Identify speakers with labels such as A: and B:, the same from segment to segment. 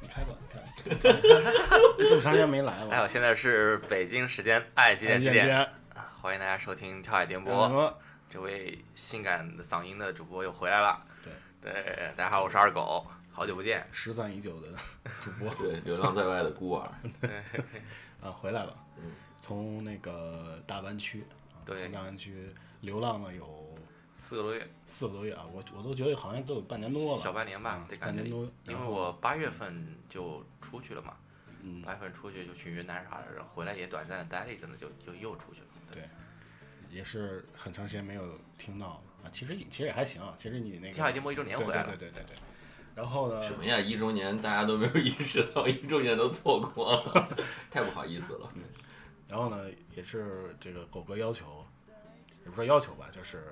A: 你开吧，你开吧。这么长时间没来
B: 大家好，
A: 了，
B: 现在是北京时间爱几点几点？
A: 见。
B: 欢迎大家收听跳海电
A: 我
B: 波，
A: 说
B: 这位性感的嗓音的主播又回来了。
A: 对
B: 对，大家好，我是二狗，好久不见。
A: 失散已久的主播
C: 对，流浪在外的孤儿，
A: 啊，回来了
C: 嗯，
A: 从那个大湾区，啊
B: 对
A: 从大湾区流浪了有
B: 四个多月，
A: 四个多月啊，我我都觉得好像都有半年多了，
B: 小半年吧
A: 啊，
B: 得
A: 半
B: 感觉，
A: 年多
B: 因，为
A: 然后
B: 我哎八月份就出去了嘛，
A: 嗯，
B: 八月份出去就去云南啥的，然后回来也短暂的待了一阵子，就就又出去了。
A: 对也是很长时间没有听到了啊，其实其实也还行啊，其实你那个
B: 跳海电波一周年
A: 对
B: 回来
A: 对
B: 了，
A: 对对对对，然后呢
C: 什，么呀？一周年大家都没有意识到，一周年都错过了，太不好意思了。
B: 嗯
A: 然后呢，也是这个狗哥要求，也不说要求吧，就是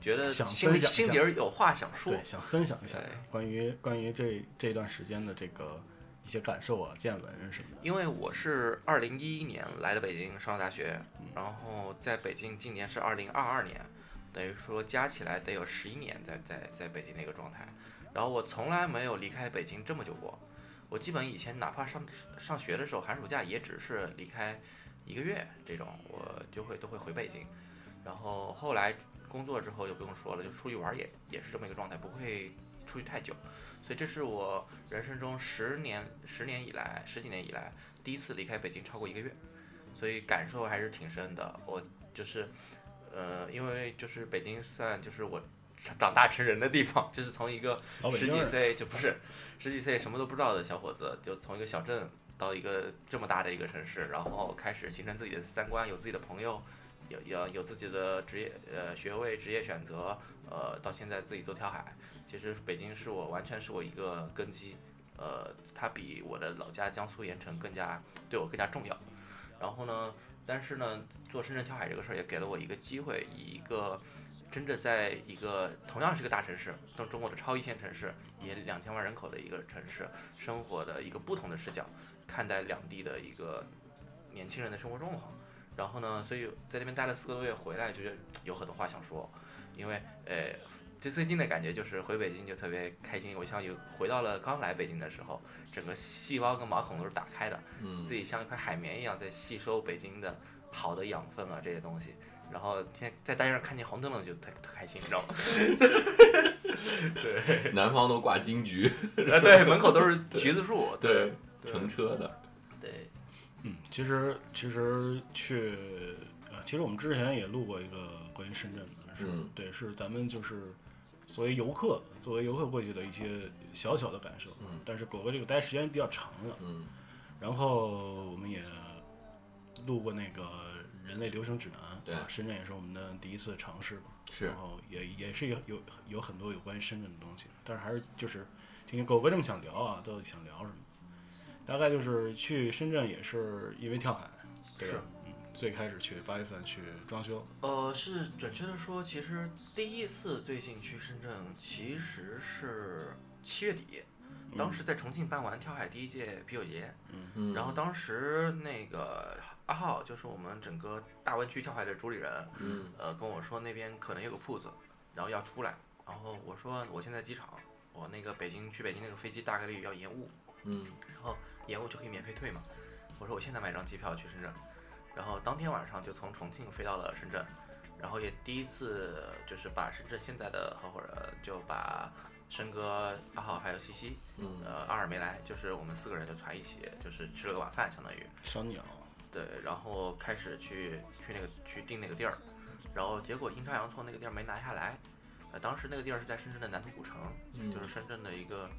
B: 觉得
A: 想
B: 心
A: 分
B: 里
A: 享一
B: 心
A: 下
B: 底儿有话想说
A: 对，。想分享一下
B: 对
A: 关于关于这这段时间的这个一些感受啊、见闻什么的。
B: 因为我是二零一一年来的北京上的大学，然后在北京今年是二零二二年，等于说加起来得有十一年在在在北京那个状态。然后我从来没有离开北京这么久过，我基本以前哪怕上上学的时候，寒暑假也只是离开一个月这种，我就会都会回北京。然后后来工作之后就不用说了，就出去玩儿也也是这么一个状态，不会出去太久。所以这是我人生中十年十年以来十几年以来第一次离开北京超过一个月，所以感受还是挺深的。我就是，呃，因为就是北京算就是我长长大成人的地方，就是从一个
A: 老北
B: 十
A: 京
B: 几
A: 人
B: 岁就不是十几岁什么都不知道的小伙子，就从一个小镇到一个这么大的一个城市，然后开始形成自己的三观，有自己的朋友，有有有自己的职业呃学位、职业选择，呃，到现在自己做跳海，其实北京是我完全是我一个根基，呃，它比我的老家江苏盐城更加对我更加重要。然后呢，但是呢，做深圳跳海这个事儿也给了我一个机会，以一个真正在一个同样是个大城市，中中国的超一线城市，也两千万人口的一个城市生活的一个不同的视角，看待两地的一个年轻人的生活状况。然后呢，所以在这边待了四个多月，回来就是有很多话想说，因为呃，最最近的感觉就是回北京就特别开心，我像有回到了刚来北京的时候，整个细胞跟毛孔都是打开的，
C: 嗯
B: 自，己像一块海绵一样在吸收北京的好的养分啊这些东西。然后天在大街上看见红灯笼就特特开心，你知道吗？
C: 南方都挂金桔，
B: 啊，对，门口都是橘子树，
C: 对，
B: 对
C: 乘车的，
B: 对，
A: 嗯，其实其实去呃，其实我们之前也录过一个关于深圳的，是、
C: 嗯
A: 对，是咱们就是作为游客，作为游客过去的一些小小的感受。
C: 嗯
A: 但是狗哥这个待时间比较长了，
C: 嗯
A: 然后我们也录过那个人类流行指南，
C: 对
A: 啊深圳也是我们的第一次尝试吧。
C: 是
A: 然，后也也是有有有很多有关于深圳的东西，但是还是就是听听狗哥这么想聊啊，到底想聊什么？大概就是去深圳也是因为跳海，对吧？嗯，最开始去八月份去装修，
B: 呃，是准确的说，其实第一次最近去深圳其实是七月底，当时在重庆办完跳海第一届啤酒节，
C: 嗯，
B: 然后当时那个阿浩就是我们整个大湾区跳海的主理人，
C: 嗯
B: 呃，跟我说那边可能有个铺子，然后要出来，然后我说我现在机场，我那个北京去北京那个飞机大概率要延误，
C: 嗯
B: 然后延误就可以免费退嘛。我说我现在买张机票去深圳，然后当天晚上就从重庆飞到了深圳，然后也第一次就是把深圳现在的合伙人就把申哥、阿浩还有西西，
C: 嗯，
B: 呃，阿尔没来，就是我们四个人就攒一起，就是吃了个晚饭，相当于。
A: 赏鸟，
B: 对，然后开始去去那个去订那个地儿，然后结果阴差阳错那个地儿没拿下来。呃，当时那个地儿是在深圳的南通古城，
C: 嗯
B: 就是深圳的一个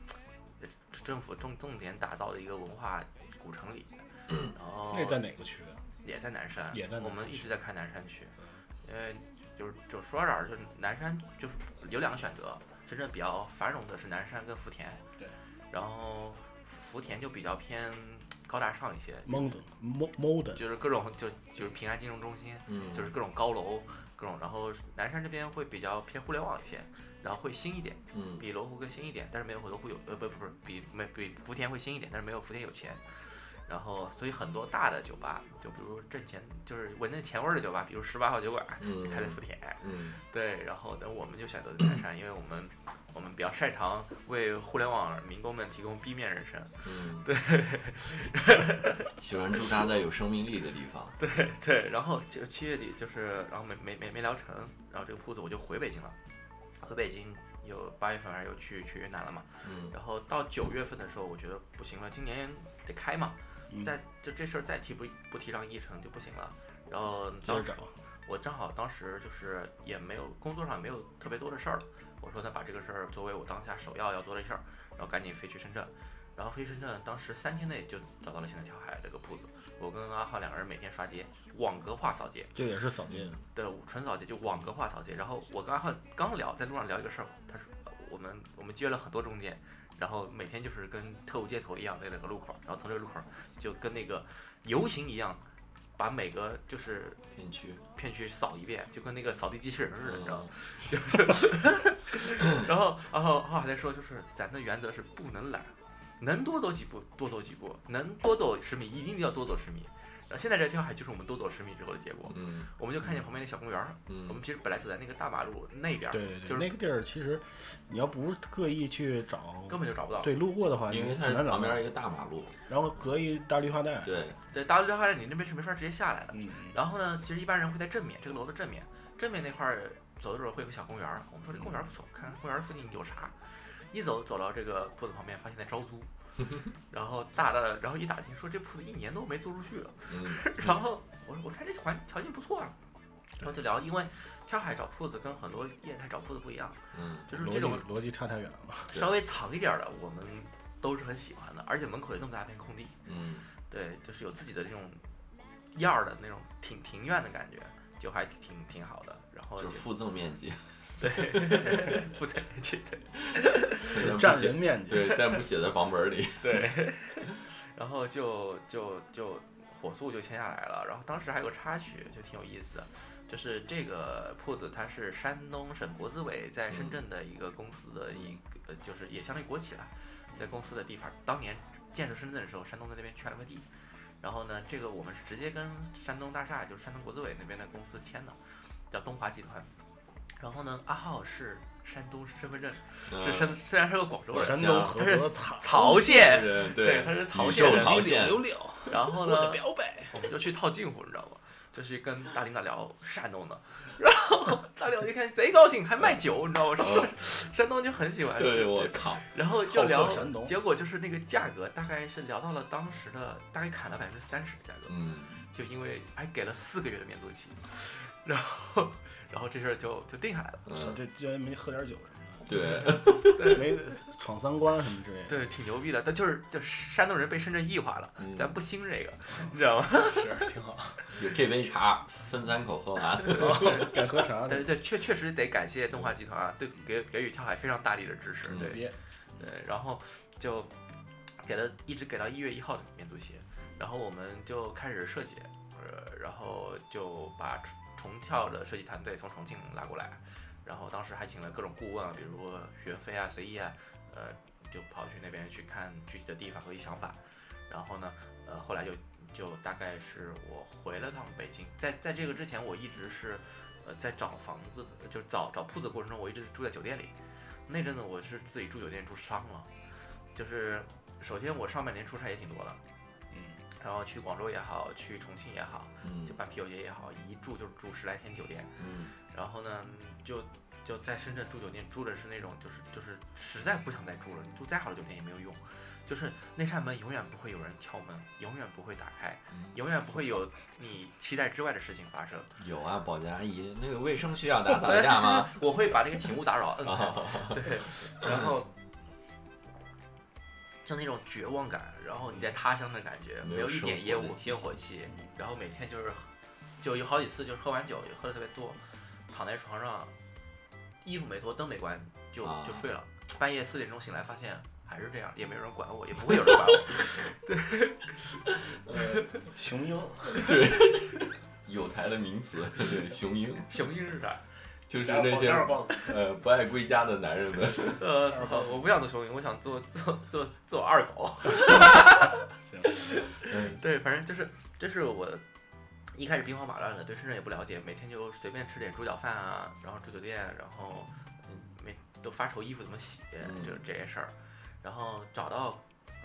B: 呃政府重重点打造的一个文化古城里。
C: 嗯
B: 然后
A: 那在哪个区啊？
B: 也在南山，
A: 也在南
B: 我们一直在看南山区，因为就是就说到这儿，就是南山就是有两个选择，真正比较繁荣的是南山跟福田，
A: 对，
B: 然后福田就比较偏高大上一些，
A: ，modern mo- modern，
B: 就是各种就就是平安金融中心，
C: 嗯
B: 就是各种高楼，各种，然后南山这边会比较偏互联网一些，然后会新一点，
C: 嗯
B: 比罗湖更新一点，但是没有罗湖有，呃，不不不，比没比福田会新一点，但是没有福田有钱。然后所以很多大的酒吧，就比如挣钱就是闻着前味儿的酒吧，比如十八号酒馆就
C: 嗯
B: 开在福田，
C: 嗯
B: 对，然后等我们就选择在南山，因为我们我们比较擅长为互联网民工们提供 B 面人生，
C: 嗯，对，喜欢驻扎在有生命力的地方。
B: 对对，然后就七月底就是，然后没没没没聊成，然后这个铺子我就回北京了，回北京有八月份还是又去去云南了嘛，
C: 嗯
B: 然后到九月份的时候，我觉得不行了，今年得开嘛，
A: 嗯
B: 再就这事儿再提不不提上议程就不行了。然后
A: 接着
B: 当时
A: 找，
B: 我正好当时就是也没有工作上没有特别多的事儿了，我说那把这个事儿作为我当下首要要做的事儿，然后赶紧飞去深圳，然后飞去深圳，当时三天内就找到了现在跳海这个铺子，我跟阿浩两个人每天刷街，网格化扫街，
A: 这也是扫街
C: 嗯，
B: 的纯扫街，就网格化扫街。然后我跟阿浩刚聊，在路上聊一个事儿，他说呃我们我们约了很多中介，然后每天就是跟特务街头一样在两个路口，然后从这个路口就跟那个游行一样，把每个就是
C: 片区，
B: 片区扫一遍，就跟那个扫地机器人似的，你知道吗
C: 嗯？
B: 然后然后阿浩还在说，就是咱的原则是不能懒，能多走几步多走几步，能多走十米一定要多走十米。然后现在这条海就是我们多走十米之后的结果，
C: 嗯
B: 我们就看见旁边那小公园儿，我
C: 嗯
B: 们其实本来走在那个大马路那边儿，
A: 对对对，
B: 就是
A: 那个地儿其实你要不是特意去找，
B: 根本就找不到。
A: 对路过的话，你
C: 嗯因为它
A: 很
C: 是
A: 难找
C: 旁
A: 到
C: 边。一个大马路，
A: 然后隔一大绿化
B: 哎
A: 带，
C: 对，
B: 对，大家发现你那边是没法直接下来的。
A: 嗯，
B: 然后呢，其实一般人会在正面，这个楼的正面，正面那块儿走着走着会有个小公园儿。我们说这公园儿不错，看看公园儿附近有啥。一走走到这个铺子旁边，发现在招租，然后大大的，然后一打听说这铺子一年都没租出去了。
C: 嗯
B: 然后我说我看这环条件不错啊，然后就聊，因为跳海找铺子跟很多业态找铺子不一样，
C: 嗯
B: 就是
A: 逻
B: 这
A: 辑
B: 种
A: 逻辑差太远了。
C: 对
B: 稍微藏一点儿的，我们都是很喜欢的，而且门口有那么大片空地，
C: 嗯，
B: 对，就是有自己的这种样儿的那种庭庭院的感觉，就还挺挺好的。然后
C: 就是
B: 就
C: 附赠面积，
B: 对，不在一起，对
C: 但不
A: 占
C: 写
A: 人面积，
C: 对，但不写在房本里。
B: 对。 然后就就就火速就签下来了。然后当时还有个插曲，就挺有意思的，就是这个铺子它是山东省国资委在深圳的一个公司的一个，呃就是也相当于国企了，在公司的地盘，当年建设深圳的时候，山东在那边圈了块地。然后呢，这个我们是直接跟山东大厦，就是山东国资委那边的公司签的，叫东华集团。然后呢，阿浩是山东身份证，是
C: 山
B: 山虽然是个广州人，
A: 山东
B: 他是
A: 菏泽草
B: 曹县，
C: 人，
B: 对，
C: 对，
B: 他是曹
C: 宇
B: 县
C: 宙
B: 人。
C: 曹县
A: 柳柳，
B: 然后
A: 我
B: 呢，
A: 的表白。
B: 我们就去套近乎，你知道吗？就去跟大领导聊山东的，然后大领导一看贼高兴，还卖酒，你知道吗？
C: 哦
B: 山山东就很喜欢，
C: 对，我靠，
B: 然后就聊
A: 好客山东，
B: 结果就是那个价格大概是聊到了当时的大概砍了百分之三十的价格，
C: 嗯，
B: 就因为还给了四个月的免租期，然后然后这事儿就就定下来了，
A: 这
C: 嗯
A: 这居然没喝点酒
C: 对，
A: 什么的，没闯三关什么之类的。
B: 对，挺牛逼的，但就是就山东人被深圳异化了，
C: 嗯
B: 咱不兴这个，你知道吗？
A: 是挺好。
C: 就这杯茶分三口喝完，
A: 该喝啥呢
B: 但？是对，确确实得感谢动画集团啊，对给给予跳海非常大力的支持，
C: 嗯
B: 对
A: 别
B: 对，然后就给了一直给到一月一号的免租期，然后我们就开始设计，呃，然后就把重重跳的设计团队从重庆拉过来，然后当时还请了各种顾问啊，比如学飞啊、随意啊，呃，就跑去那边去看具体的地方和一想法，然后呢，呃，后来就就大概是我回了趟北京，在在这个之前我一直是。呃，在找房子，就是找找铺子的过程中，我一直住在酒店里，那阵子我是自己住酒店住伤了，就是首先我上半年出差也挺多的，
A: 嗯，
B: 然后去广州也好，去重庆也好，
C: 嗯
B: 就办啤酒节也好，一住就是住十来天酒店。
C: 嗯
B: 然后呢，就就在深圳住酒店，住的是那种就是就是实在不想再住了，你住再好的酒店也没有用，就是那扇门永远不会有人敲门，永远不会打开，
C: 嗯
B: 永远不会有你期待之外的事情发生。
C: 有啊，保洁阿姨，那个卫生需要打扫一下吗？？
B: 我会把那个请勿打扰摁开。
C: 啊，
B: 对，然后就那种绝望感，然后你在他乡的感觉，
C: 没
B: 没
C: 有
B: 有一点
C: 生
B: 烟
C: 活的
B: 火
C: 气息
B: 烟火气，然后每天就是就有好几次就是喝完酒也喝的特别多，躺在床上，衣服没脱，灯没关，就
C: 啊
B: 就睡了。半夜四点钟醒来，发现还是这样，也没有人管我，也不会有人管我。
A: 雄鹰呃
C: 有台的名词，对，雄鹰，
B: 雄鹰是啥？
C: 就是
D: 待会
C: 那
D: 儿
C: 些
D: 待会儿报
C: 呃不爱归家的男人们。
B: 呃，操我不想做雄鹰，我想做做做做二狗。
A: 行，
C: 嗯
B: 对，反正就是这是我一开始兵荒马乱的，对深圳也不了解，每天就随便吃点猪脚饭啊，然后住酒店，然后嗯每都发愁衣服怎么洗，
C: 嗯
B: 就是这些事儿。然后找到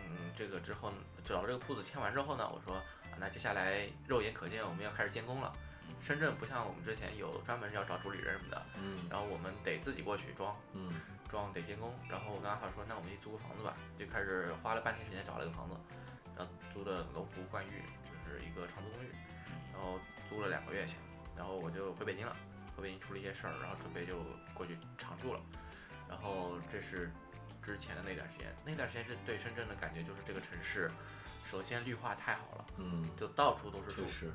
B: 嗯这个之后，找到这个铺子签完之后呢，我说、啊那接下来肉眼可见我们要开始监工了。深圳不像我们之前有专门要找主理人什么的，
C: 嗯
B: 然后我们得自己过去装。
C: 嗯
B: 装得监工，然后我跟阿浩说，那我们去租个房子吧，就开始花了半天时间找了一个房子，然后租了龙湖冠寓，就是一个长租公寓，
C: 嗯
B: 然后租了两个月去，然后我就回北京了，回北京出了一些事儿，然后准备就过去常住了，然后这是之前的那段时间，那段时间是对深圳的感觉就是这个城市，首先绿化太好了，
C: 嗯，
B: 就到处都是树
C: 确，实，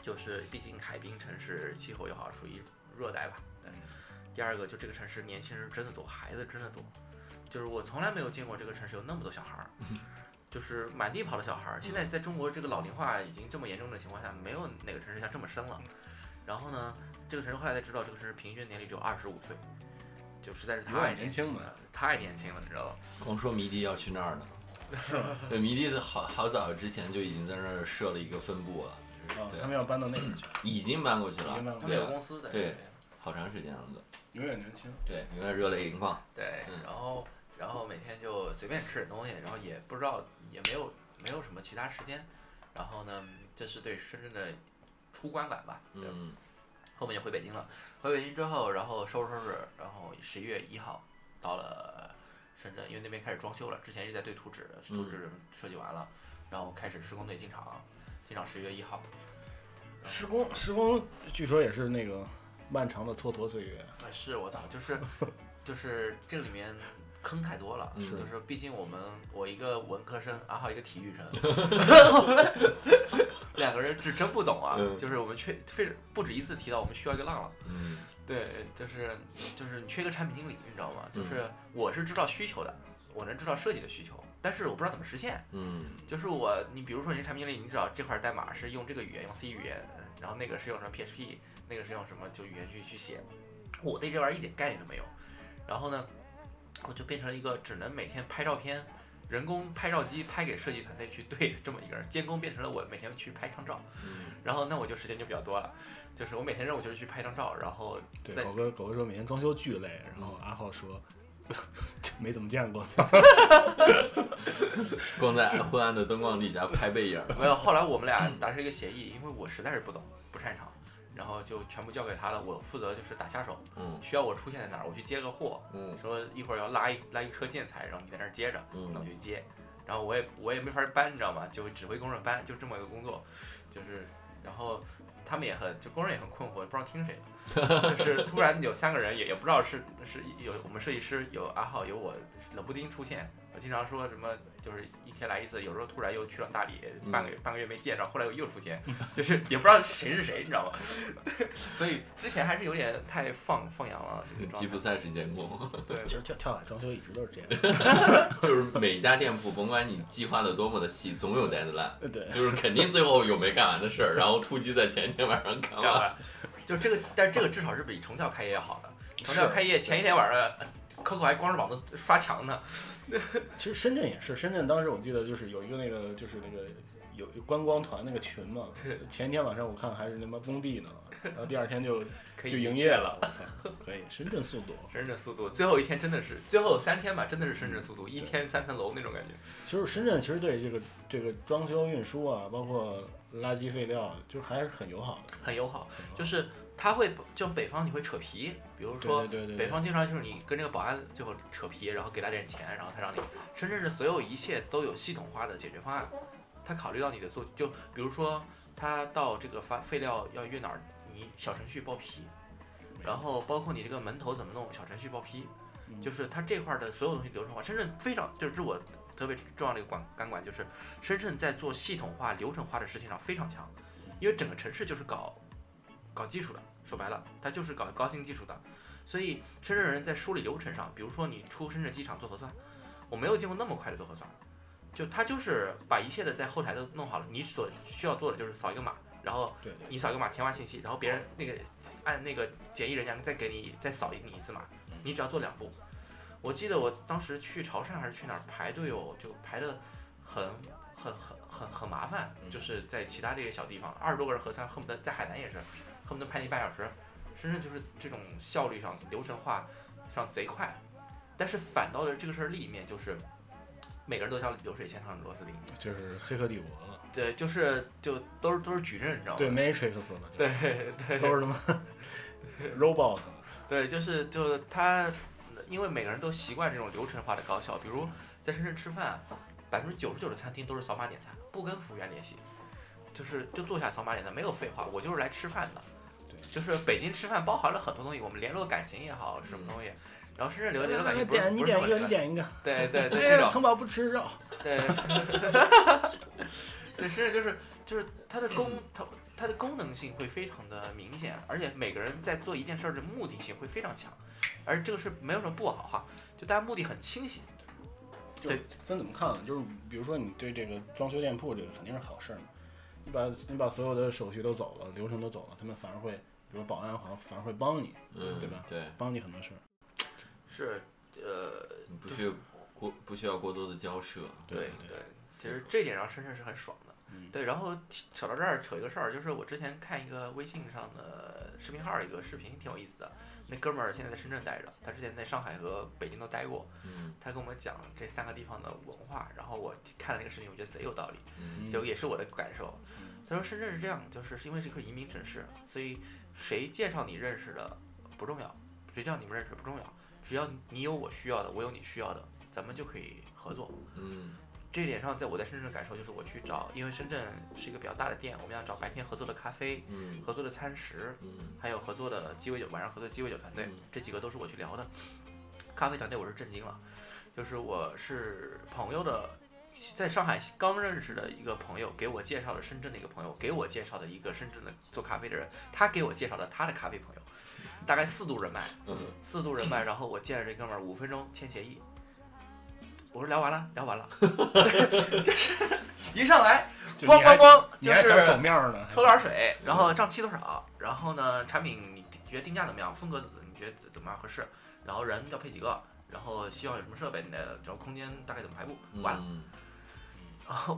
B: 就是毕竟海滨城市气候又好，属于热带吧。但是
A: 嗯
B: 第二个，就这个城市年轻人真的多，孩子真的多，就是我从来没有见过这个城市有那么多小孩儿，
A: 嗯
B: 就是满地跑的小孩儿。现在在中国这个老龄化已经这么严重的情况下，没有哪个城市像这么深
A: 嗯
B: 了。然后呢，这个城市后来才知道，这个城市平均年龄只有二十五岁，就实在是
A: 有点
B: 太
A: 年轻
B: 轻
A: 了嗯
B: 了，太年轻了，你知道吧？
C: 光说迷笛要去那儿呢。对，迷笛好好早之前就已经在那儿设了一个分部了，
A: 啊，
C: 对
A: 他，们要搬到那边去，
C: 已经搬过去
A: 已
C: 了
A: 经搬过，
B: 他
A: 去
C: 对
B: 们有，公司的，
C: 对好长时间了都。
A: 永远年轻。
C: 对，有点热泪盈眶。
B: 对
C: 嗯，
B: 然后然后每天就随便吃点东西，然后也不知道也没有没有什么其他时间，然后呢，这是对深圳的初观感吧。对吧，
C: 嗯
B: 后面就回北京了，回北京之后，然后收拾收拾，然后十一月一号到了深圳，因为那边开始装修了，之前一直在对图纸，图纸
C: 嗯
B: 设计完了，然后开始施工队进场，进场十一月一号，
A: 施工施工，据说也是那个漫长的蹉跎岁月。
B: 啊，是我操，就是就是这里面坑太多了，
C: 是
B: 就是毕竟我们我一个文科生，然后一个体育生，两个人是真不懂啊，
C: 嗯
B: 就是我们缺非不止一次提到我们需要一个浪了，
C: 嗯
B: 对，就是就是你缺一个产品经理，你知道吗？就
C: 嗯
B: 是我是知道需求的，我能知道设计的需求，但是我不知道怎么实现，
C: 嗯
B: 就是我，你比如说你是产品经理，你知道这块代码是用这个语言，用 C 语言，然后那个是用什么 PHP，那个是用什么就语言去去写，我对这玩意儿一点概念都没有。然后呢，我就变成了一个只能每天拍照片，人工拍照机拍给设计团队去对的这么一个人，监工变成了我每天去拍一张照，
C: 嗯
B: 然后那我就时间就比较多了，就是我每天任务就是去拍一张照，然后
A: 对，
B: 在
A: 狗哥狗哥说每天装修巨累，然后阿浩说 这没怎么见过。
C: 光在昏暗的灯光底下拍背影儿。
B: 没有，后来我们俩达成一个协议，因为我实在是不懂不擅长，然后就全部交给他了，我负责就是打下手。
C: 嗯
B: 需要我出现在哪儿，我去接个货，
C: 嗯
B: 说一会儿要拉一拉一车建材，然后你在那儿接着，那我
C: 嗯，
B: 去接，然后我也我也没法搬，你知道吗？就指挥工人搬，就这么一个工作，就是，然后他们也很，就工人也很困惑，不知道听谁 的，就是突然有三个人也也不知道是是有我们设计师有阿浩有我冷不丁出现，我经常说什么就是一天来一次，有时候突然又去了大理，
C: 嗯
B: 半个月半个月没见着，后来我又出现，就是也不知道谁是谁，你知道吗？ 所以之前还是有点太放放羊了，这个
C: 吉普
B: 状态
C: 赛式监工。
B: 对
A: 其实跳跳海装修一直都是这样。
C: 就是每家店铺，甭管你计划的多么的细，总有 deadline，
A: 呃 对，
C: 就是肯定最后有没干完的 事儿，然后突击在前一天晚上干
B: 知道
C: 完。
B: 吧？ 就这个，但是这个至少是比重跳开业要好的。重跳开业前一天晚上呃，Coco 还光着膀子刷墙呢。
A: 其实深圳也是，深圳当时我记得就是有一个那个就是那个有有观光团那个群嘛，前一天晚上我看还是他妈工地 呢，然后第二天就
B: 可以
A: 就营业了，我操， 可以，深圳速度。
B: 深圳速度，最后一天真的是最后三天吧，真的是深圳速度，一天三层楼那种感觉。
A: 其实深圳其实对这个这个装修运输啊，包括垃圾废料，就还是很友好的。
B: 很友好，就是他会就北方你会扯皮，比如说
A: 对对对对
B: 北方经常就是你跟这个保安最后扯皮，然后给他点钱，然后他让你，深圳是所有一切都有系统化的解决方案，他考虑到你的诉，就比如说他到这个发废料要运哪儿，你小程序报批，然后包括你这个门头怎么弄，小程序报批，
A: 嗯
B: 就是它这块儿的所有东西流程化，深圳非常就是我特别重要的一个管干管，就是深圳在做系统化、流程化的事情上非常强，因为整个城市就是搞搞技术的，说白了，它就是搞高新技术的，所以深圳人在梳理流程上，比如说你出深圳机场做核酸，我没有见过那么快的做核酸，就他就是把一切的在后台都弄好了，你所需要做的就是扫一个码，然后
A: 对对
B: 你扫一个码填完信息，然后别人那个按那个简易人家再给你再扫你一次码，你只要做两步。我记得我当时去潮汕还是去哪儿排队哦，就排的很很很很很麻烦，
C: 嗯
B: 就是在其他这些小地方，二十多个人合餐，恨不得在海南也是，恨不得排你半小时。深圳就是这种效率上、流程化上贼快，但是反倒的这个事儿另一面就是，每个人都像流水线上的螺丝钉。
A: 就是黑客帝国了，
B: 对，就是就都是都是矩阵，你知道吗？
A: 对 Matrix 了，
B: 对对
A: 都是他妈 robot 了。
B: 对，就是就他，因为每个人都习惯这种流程化的高效，比如在深圳吃饭，百分之九十九的餐厅都是扫码点餐，不跟服务员联系，就是就坐下扫码点餐，没有废话，我就是来吃饭的。
A: 对
B: 就是北京吃饭包含了很多东西，我们联络感情也好，什么东西，然后深圳流联络感情不是
A: 点你
B: 不是
A: 点一个，
B: 那么联
A: 你
B: 络
A: 点一个。
B: 对对对，
A: 哎
B: 这
A: 呀，
B: 种
A: 腾宝不吃肉，
B: 对， 对，甚至就是就是它的功它它的功能性会非常的明显，而且每个人在做一件事儿的目的性会非常强，而这个是没有什么不好哈，就大家目的很清晰。
A: 就是分怎么看了，就是比如说你对这个装修店铺这个肯定是好事儿嘛，你把你把所有的手续都走了，流程都走了，他们反而会，比如保安好像反而会帮你，
C: 嗯，
A: 对吧
C: 对，
A: 帮你很多事儿。
B: 是，呃，
C: 你不
B: 就
C: 需要过不需要过多的交涉，
B: 对
A: 对，
B: 其实这点上深圳是很爽的。
A: 嗯
B: 对，然后扯到这儿扯一个事儿，就是我之前看一个微信上的视频号儿一个视频挺有意思的，那哥们儿现在在深圳待着，他之前在上海和北京都待过，
C: 嗯
B: 他跟我们讲这三个地方的文化，然后我看了那个视频，我觉得贼有道理，
C: 嗯
A: 嗯
B: 就也是我的感受。他说深圳是这样，就是是因为是个移民城市，所以谁介绍你认识的不重要，谁介绍你们认识的不重要，只要你有我需要的，我有你需要的，咱们就可以合作。
C: 嗯
B: 这一点上，在我在深圳的感受就是，我去找，因为深圳是一个比较大的店，我们要找白天合作的咖啡、
C: 嗯
B: 合作的餐食，
C: 嗯
B: 还有合作的鸡尾酒，晚上合作的鸡尾酒团队
C: 嗯，
B: 这几个都是我去聊的。咖啡团队我是震惊了，就是我是朋友的，在上海刚认识的一个朋友给我介绍了深圳的一个朋友，给我介绍的一个深圳的做咖啡的人，他给我介绍的他的咖啡朋友，大概四度人脉，
C: 嗯
B: 四度人脉，然后我见了这哥们儿五分钟签协议，我说聊完了，聊完了，就是一上来
A: 就
B: 咣
A: 你
B: 咣
A: 还
B: 咣，
A: 你
B: 就
A: 还想
B: 是
A: 走面儿呢？
B: 偷点水，然后账期多少，然后呢，产品你觉得定价怎么样，风格你觉得怎么样合适，然后人要配几个，然后希望有什么设备，你的主要空间大概怎么排布，完了，
C: 嗯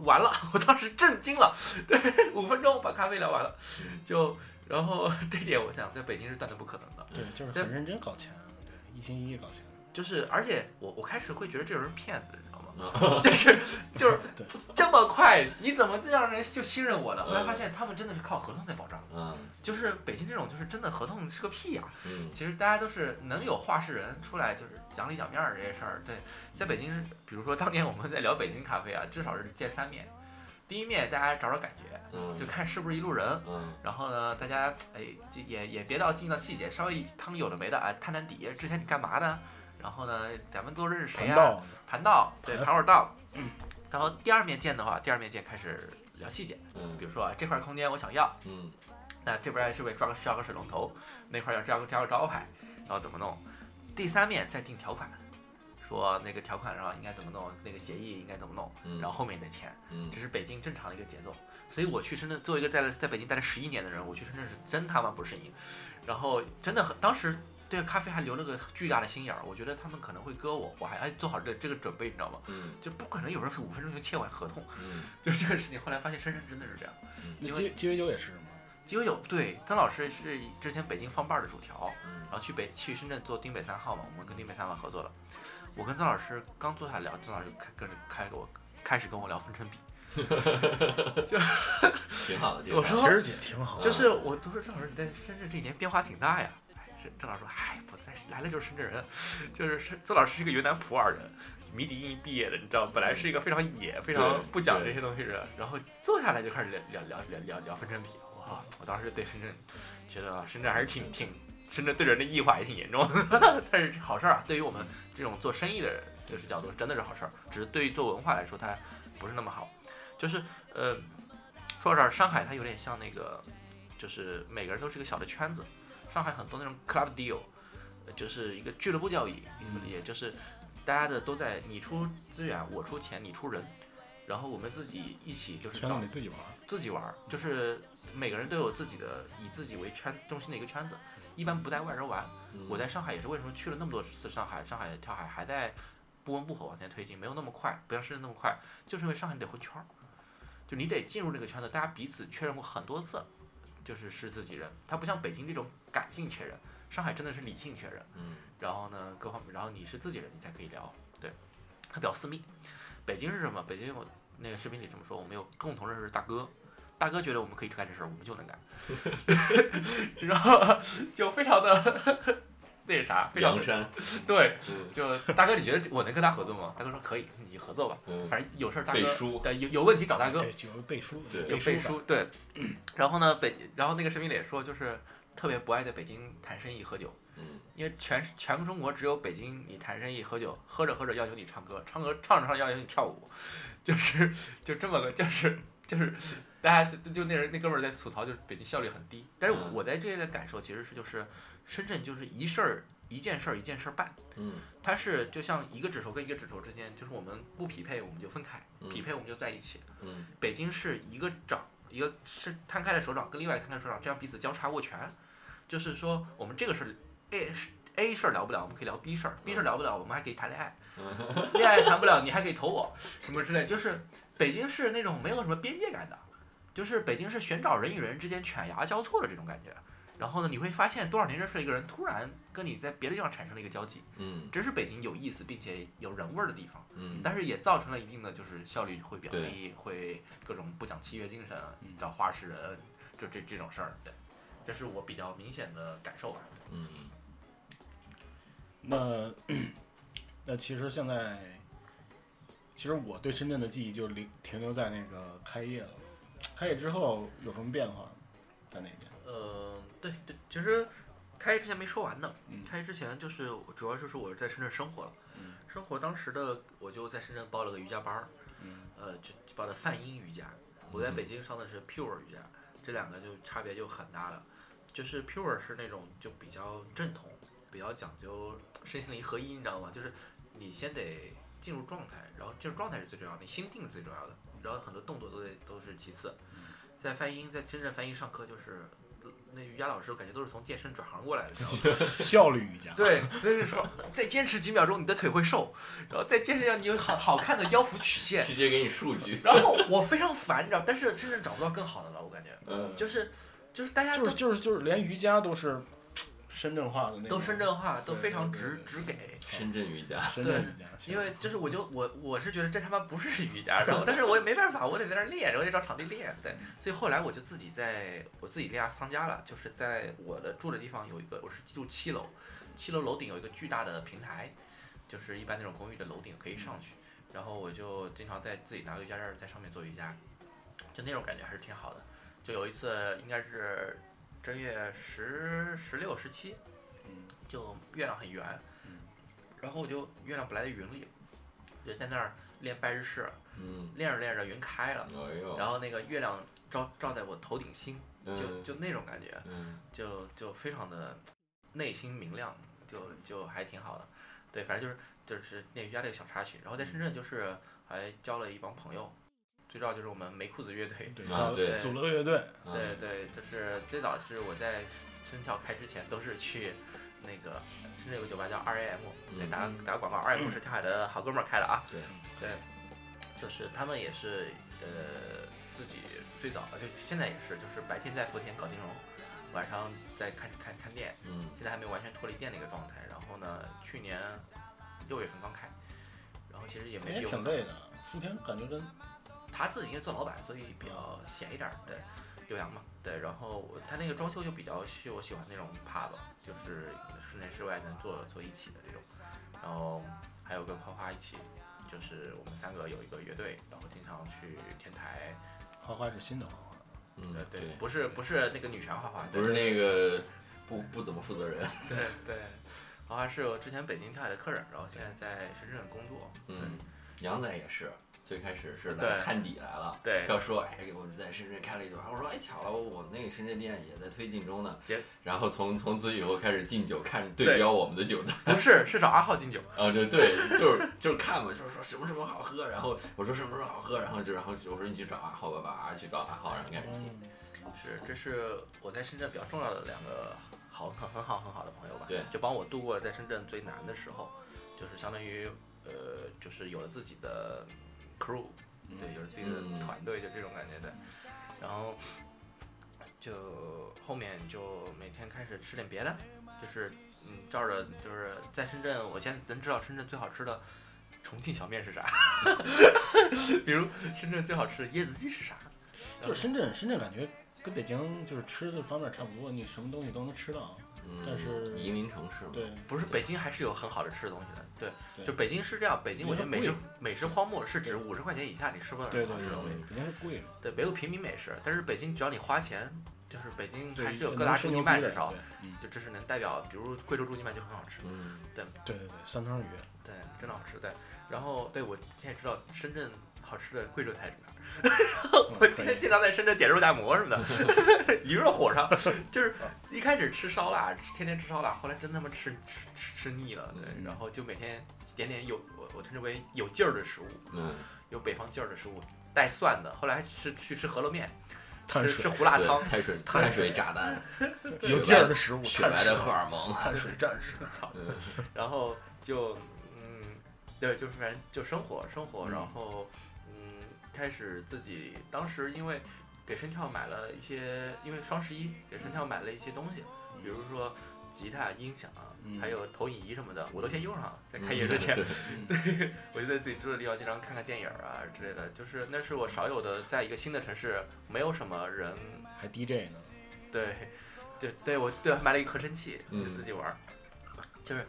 B: 完了， 我当时震惊了， 对，五分钟把咖啡聊完了，
C: 嗯
B: 就然后 这点我想在北京是断对不可能的，
A: 嗯对，就是很
B: 哎
A: 认真搞钱，对，一心一意搞钱。
B: 就是而且我我开始会觉得这种人骗子，你知道吗？
C: 啊
B: 就是就是
A: 对
B: 这么快，你怎么这样人就信任我呢？后来发现他们真的是靠合同在保障，
C: 啊
B: 就是北京这种就是真的合同是个屁呀、
C: 嗯
B: 其实大家都是能有话事人出来，就是讲理讲面儿这些事儿。对，在北京，比如说当年我们在聊北京咖啡啊，至少是见三面。第一面大家找找感觉，
C: 嗯
B: 就看是不是一路人。
C: 嗯
B: 然后呢，大家哎这也也别到进到细节，稍微趟有的没的啊，探探底，之前你干嘛呢？然后呢，咱们都认识谁
A: 盘
B: 呀、
A: 道，嗯
B: 盘道，对，盘会儿道。然后第二面见的话，第二面见开始聊细节，
C: 嗯
B: 比如说啊，这块空间我想要，
C: 嗯
B: 那这边是不是抓个抓个水龙头，那块儿要加个加个招牌，然后怎么弄？第三面再定条款，说那个条款上应该怎么弄，那个协议应该怎么弄，
C: 嗯，
B: 然后后面再签，
C: 嗯
B: 这是北京正常的一个节奏。所以我去深圳，作为一个在在北京待了十一年的人，我去深圳是真他妈不适应，然后真的很当时。对咖啡还留了个巨大的心眼儿，我觉得他们可能会割我，我还还哎做好这这个准备，你知道吗？
C: 嗯
B: 就不可能有人五分钟就签完合同，
C: 嗯
B: 就是这个事情。后来发现深圳真的是这样，
A: 那鸡鸡尾酒也是嘛，
B: 鸡尾酒对，曾老师是之前北京放伴儿的主调，
C: 嗯
B: 然后去北去深圳做丁北三号嘛，我们跟丁北三号合作了。我跟曾老师刚坐下聊，曾老师就开跟着开给我开始跟我聊分成比，
C: 挺好的，挺
B: 我
C: 好的
B: 说
A: 其实也挺好。
B: 就是我都说郑老师你在深圳这一年变化挺大呀。哎是郑老师说，哎，不在来了就是深圳人， 就是是郑老师是一个云南普洱人，迷笛音毕业的，你知道，本来是一个非常野、非常不讲这些东西的人，然后坐下来就开始聊聊聊聊聊聊分成比，哇！我当时对深圳觉得啊深圳还是挺挺，深圳对人的异化也挺严重的， 但是好事儿啊，对于我们这种做生意的人，就是角度真的是好事儿，只是对于做文化来说，它不是那么好，就是呃。说到这儿，上海它有点像那个就是每个人都是一个小的圈子。上海很多那种 club deal，呃就是一个俱乐
A: 嗯
B: 部交易，也就是大家的都在你出资源，我出钱，你出人，然后我们自己一起就是
A: 全让
B: 找
A: 你自己玩儿。
B: 自己玩儿，就是每个人都有自己的以自己为圈中心的一个圈子，一般不带外人玩。
C: 嗯
B: 我在上海也是为什么去了那么多次上海，上海跳海还在不温不火往前推进，没有那么快，不像深圳那么快，就是因为上海你得混圈儿，就你得进入这个圈子，大家彼此确认过很多次，就是是自己人。它不像北京这种感性确认，上海真的是理性确认。
C: 嗯
B: 然后呢，各方面，然后你是自己人，你才可以聊，对，它比较私密。北京是什么？北京我那个视频里这么说，我们有共同认识的大哥，大哥觉得我们可以干这事儿，我们就能干， 然后就非常的那啥，非常
C: 梁
B: 的
C: 山，
B: 对，
C: 嗯
B: 就大哥，你觉得我能跟他合作吗？大哥说可以，你合作吧，
C: 嗯，
B: 反正有事儿大
C: 背
B: 哥，
C: 书
B: 对，有有问题找大哥，
A: 对，就是哎背书，
C: 对
A: 背
B: 有背
A: 书
B: 书，对。然后呢，北，然后那个视频里也说，就是特别不爱在北京谈生意喝酒。
C: 嗯
B: 因为全全中国只有北京，你谈生意喝酒，喝着喝着要求你唱歌，唱歌唱着唱着要求你跳舞，就是就这么个，就是就是大家就就那人那哥们儿在吐槽，就是北京效率很低。但是
C: 嗯
B: 我在这里的感受其实是就是深圳就是一事儿一件事儿一件事儿办，
C: 嗯
B: 它是就像一个指头跟一个指头之间，就是我们不匹配我们就分开，
C: 嗯
B: 匹配我们就在一起。
C: 嗯
B: 北京是一个掌，一个是摊开的手掌跟另外一个摊开的手掌，这样彼此交叉握拳，就是说我们这个事儿 A 事 A 事儿聊不了，我们可以聊 B 事儿，B 事儿聊不了，我们还可以谈恋爱，恋爱谈不了，你还可以投我什么之类，就是北京是那种没有什么边界感的，就是北京是寻找人与人之间犬牙交错的这种感觉。然后呢，你会发现多少年认识的一个人，突然跟你在别的地方产生了一个交集，
C: 嗯
B: 这是北京有意思并且有人味儿的地方。
C: 嗯，
B: 但是也造成了一定的就是效率会比较
C: 对
B: 低，会各种不讲契约精神啊
A: 嗯，
B: 找话事人，啊就这这种事儿，对，这是我比较明显的感受吧。
C: 嗯
A: 那那其实现在，其实我对深圳的记忆就停停留在那个开业了。开业之后有什么变化吗？在那边？
B: 呃，对对，其实开业之前没说完呢。
A: 嗯
B: 开业之前就是主要就是我在深圳生活了，
A: 嗯
B: 生活当时的我就在深圳报了个瑜伽班儿，
A: 嗯
B: 呃，就报的泛音瑜伽。我在
C: 嗯
B: 北京上的是 Pure 瑜伽，这两个就差别就很大了。就是 Pure 是那种就比较正统，比较讲究身心灵合一，你知道吗？就是你先得进入状态，然后进入状态是最重要的，你心定是最重要的，然后很多动作都得都是其次。在梵音，在深圳梵音上课就是。那瑜伽老师，我感觉都是从健身转行过来的，你知道吗？
A: 效率瑜伽。
B: 对，跟你说，再坚持几秒钟，你的腿会瘦，然后再坚持一下，你有好好看的腰腹曲线。
C: 直接给你数据，
B: 然后我非常烦，你知道，但是深圳找不到更好的了，我感觉
C: 嗯，
B: 就是就是大家都、
A: 就是就是就是连瑜伽都是深圳化的那种。
B: 都深圳话，都非常
A: 对
B: 直
A: 对
B: 直给。
C: 深圳瑜伽，
A: 深圳瑜伽，行
B: 因为就是我就我我是觉得这他妈不是 瑜伽，然后但是我也没办法，我得在那儿练，我得找场地练，对，所以后来我就自己在我自己练桑家了，就是在我的住的地方有一个，我是住七楼，七楼楼顶有一个巨大的平台，就是一般那种公寓的楼顶可以上去，然后我就经常在自己拿个瑜伽垫儿在上面做瑜伽，就那种感觉还是挺好的。就有一次应该是正月十十六十七，
A: 嗯
B: 就月亮很圆
A: 嗯，
B: 然后我就月亮本来在云里，就在那儿练拜日式，
C: 嗯，
B: 练着练着云开了，
C: 哎呦，
B: 然后那个月亮照照在我头顶心，就
C: 嗯
B: 就那种感觉，
C: 嗯
B: 就就非常的内心明亮，就就还挺好的。对，反正就是就是那瑜伽这个小插曲，然后在深圳就是还交了一帮朋友，最早就是我们梅裤子乐队，
A: 对
C: 啊
A: 组
C: 对
A: 组了个乐队，
C: 啊
B: 对对，就是最早是我在深跳开之前都是去那个深圳有个酒吧叫 RAM，对，
C: 嗯
B: 打个打个广告，RAM 是跳海的好哥们儿开的啊。
C: 对
B: 对，就是他们也是呃自己最早就现在也是，就是白天在福田搞金融，晚上在看看看店，
C: 嗯
B: 现在还没完全脱离店的一个状态。然后呢，去年六月份刚开，然后其实也
A: 福
B: 没
A: 田
B: 有
A: 挺累的。福田感觉跟
B: 他自己因为做老板，所以比较闲一点儿，对，悠扬嘛，对。然后他那个装修就比较是我喜欢那种 pub，就是室内室外能坐坐一起的这种。然后还有跟花花一起，就是我们三个有一个乐队，然后经常去天台，
A: 花花是新的花花，
B: 对
C: 嗯，
B: 对，不是不是那个女权花花，对
C: 不是那个不不怎么负责人，
B: 对对，花花是我之前北京跳海的客人，然后现在在深圳工作，对
C: 嗯，杨仔也是，最开始是来
B: 对
C: 看底来了，
B: 对
C: 要说哎，我在深圳开了一家，我说哎巧了，我那个深圳店也在推进中呢
B: 结，
C: 然后从从此以后开始敬酒看
B: 对
C: 对标我们的酒单，
B: 不是，是找阿浩敬酒。
C: 啊对对，就是就是看嘛，就是说什么什么好喝，然后我说什么什么好喝，然后就然后我说你去找阿浩吧，把阿去找阿浩，然后开始
A: 嗯
C: 敬，
B: 是，这是我在深圳比较重要的两个好很很好很好的朋友吧，
C: 对
B: 就帮我度过了在深圳最难的时候，就是相当于呃，就是有了自己的 crew，对，有了自己
C: 嗯
B: 的团队，就这种感觉的。然后就后面就每天开始吃点别的，就是嗯，照着就是在深圳，我现在能知道深圳最好吃的重庆小面是啥， 比如深圳最好吃的椰子鸡是啥，
A: 就是深圳，深圳感觉跟北京就是吃的方面差不多，你什么东西都能吃到。
C: 嗯，
A: 但是
C: 移民城市嘛，
A: 对，
B: 不是北京还是有很好的吃的东西的，对，
A: 对
B: 就北京是这样，北京我觉得
A: 比
B: 美
A: 如说
B: 食美食荒漠是指
A: 对
B: 五十块钱以下你吃不到
A: 对
B: 什么
A: 对对
B: 好吃的东西，
A: 对，肯定是贵了。
B: 对，没有平民美食，但是北京只要你花钱，就是北京还
A: 对，
B: 是有
A: 能
B: 各大
A: 吃
B: 驻地
A: 牛
B: 卖
A: 逼
B: 至
A: 的
B: 少
A: 对，嗯，
B: 就这是能代表，比如贵州驻地卖就很好吃，
C: 嗯，
A: 对对对，酸汤鱼，
B: 对，真的好吃，对，然后对我现在知道深圳好吃的贵州菜是哪儿。
A: 嗯
B: 我
A: 可
B: 天
A: 以
B: 天经常在深圳点肉夹馍什么 的，一热火上，就是一开始吃烧腊，天天吃烧腊，后来真他妈吃吃吃吃腻了，对，
A: 嗯
B: 然后就每天点点有我我称之为有劲儿的食物，
C: 嗯，
B: 有北方劲儿的食物，带蒜的，后来还是去吃饸饹面，
A: 碳
B: 吃
A: 水
B: 吃胡辣
C: 对
B: 汤，
C: 碳水碳水炸弹，
A: 有劲儿的食物，
C: 雪白
A: 碳
C: 的
A: 水
C: 荷尔 蒙，
A: 碳水战士。
B: 操
C: 嗯，
B: 然后就嗯，对，就是反正就生活生活，然后嗯，开始自己当时因为给生跳买了一些，因为双十一给生跳买了一些东西，比如说吉他、音响，啊
A: 嗯
B: 还有投影仪什么的，我都先用上了，在开业之前，
A: 嗯
B: 我就在自己住的地方经常看看电影啊之类的，就是那是我少有的在一个新的城市，没有什么人
A: 还 DJ 呢，
B: 对，对对，我对买了一个合成器，就
C: 嗯
B: 自己玩儿，就是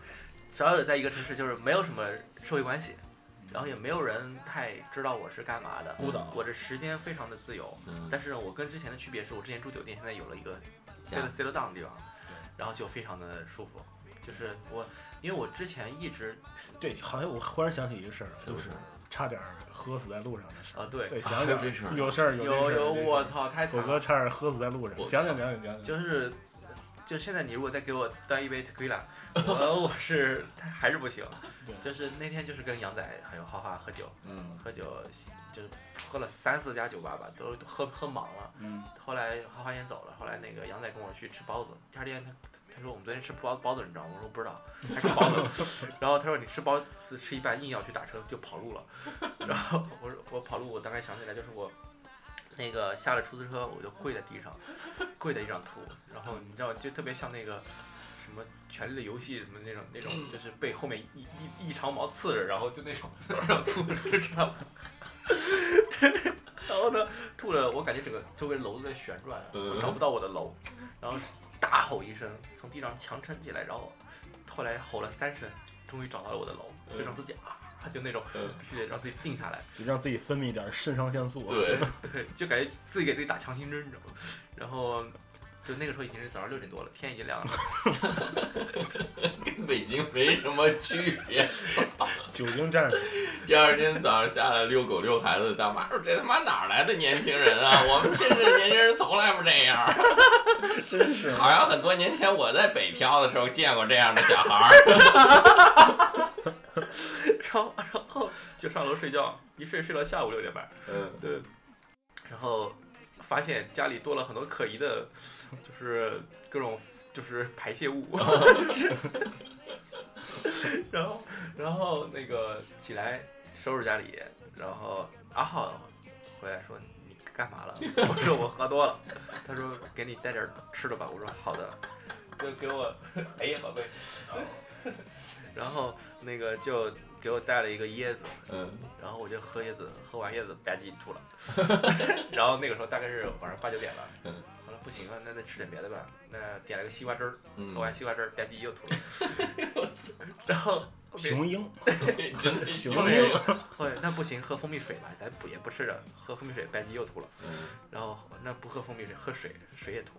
B: 少有的在一个城市，就是没有什么社会关系，然后也没有人太知道我是干嘛的，
A: 孤岛
B: 我的时间非常的自由，
C: 嗯，
B: 但是呢，我跟之前的区别是我之前住酒店，现在有了一个 s
C: 家
B: e t t l e down 的地方
A: 对，
B: 然后就非常的舒服。就是我，因为我之前一直
A: 对，好像我忽然想起一个事儿，
C: 是
A: 就
C: 不
A: 是
C: 是
A: 喝点儿喝死在路上的事
B: 啊，
A: 儿。
B: 对，
A: 对，讲讲
C: 还有这事儿
A: 有事儿，有这
B: 有
A: 事儿
B: 有
A: 这事儿
B: 我操，太惨
A: 狗
B: 了。
A: 哥差点喝死在路上
C: 我，
A: 讲讲讲讲讲讲。
B: 就是，就现在你如果再给我端一杯 tequila，我我是还是不行
A: 对。
B: 就是那天就是跟杨仔还有花花喝酒，
C: 嗯
B: 喝酒就是喝了三四家酒吧吧，都都喝喝忙了。
A: 嗯，
B: 后来花花先走了，后来那个杨仔跟我去吃包子，第二天他。他说我们昨天吃包包子，你知道吗？我说不知道，还吃包子。然后他说你吃包子吃一半，硬要去打车就跑路了。然后我说我跑路，我当时想起来就是我那个下了出租车，我就跪在地上，跪在地上吐。然后你知道，就特别像那个什么《权力的游戏》什么那种那种，就是被后面一一一长矛刺着，然后就那种那种吐，就知道吗。 对，然后呢，吐了，我感觉整个周围楼都在旋转，我找不到我的楼，然后大吼一声，从地上强撑起来，然后后来吼了三声，终于找到了我的楼，就让自己啊，就那种
C: 嗯
B: 必须得让自己定下来。
A: 就让自己分泌点肾上腺素。啊
C: 对，
B: 对，就感觉自己给自己打强心针，你知道吗？然后就那个时候已经是早上六点多了，天已经亮了。
C: 跟北京没什么区别。
A: 酒精战 士，
C: 第二天早上下来遛狗遛孩子的大妈说：“这他妈哪儿来的年轻人啊？我们深圳年轻人从来不这样。
A: 真是”
C: 好像很多年前我在北漂的时候见过这样的小孩儿。
B: 然后 然后就上楼睡觉，一睡睡到下午六点半，
C: 嗯，对，
B: 然后发现家里多了很多可疑的，就是各种就是排泄 物，就是，然后然后那个起来收拾家里，然后阿浩回来说你干嘛了？我说我喝多了，他说给你带点吃的吧，我说好的，就给我哎呀宝贝，然后那个就给我带了一个椰子，
C: 嗯，
B: 然后我就喝椰子，喝完椰子吧唧吐了， 然后那个时候大概是晚上八九点了，
C: 嗯
B: 后来不行了，那再吃点别的吧，那点了个西瓜汁儿，
C: 嗯
B: 喝完西瓜汁儿吧唧又 吐了， 然后后面
A: 雄鹰，
C: 真的
A: 雄
B: 后
A: 鹰
B: 面，后面那不行，喝蜂蜜水吧，咱不也不吃着，喝蜂蜜水吧唧又吐了，
C: 嗯
B: 然后那不喝蜂蜜水，喝水水也吐，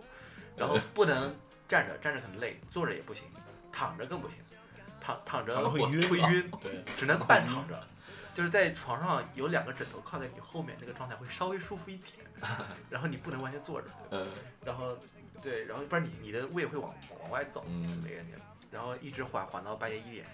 B: 然后不能站着，站着很累，坐着也不行，躺着更不行，躺躺
A: 嗯
B: 着
A: 躺着会
B: 我
A: 晕
B: 会
A: 啊
B: 晕，
A: 对，
C: 嗯
B: 只能半躺着，就是在床上有两个枕头靠在你后面，那个状态会稍微舒服 一点，然后你不能完全坐着，对吧
C: 嗯
B: 然后对，然后不然你你的胃会往往外走，
C: 嗯
B: 那个感觉，然后一直缓缓到半夜一点，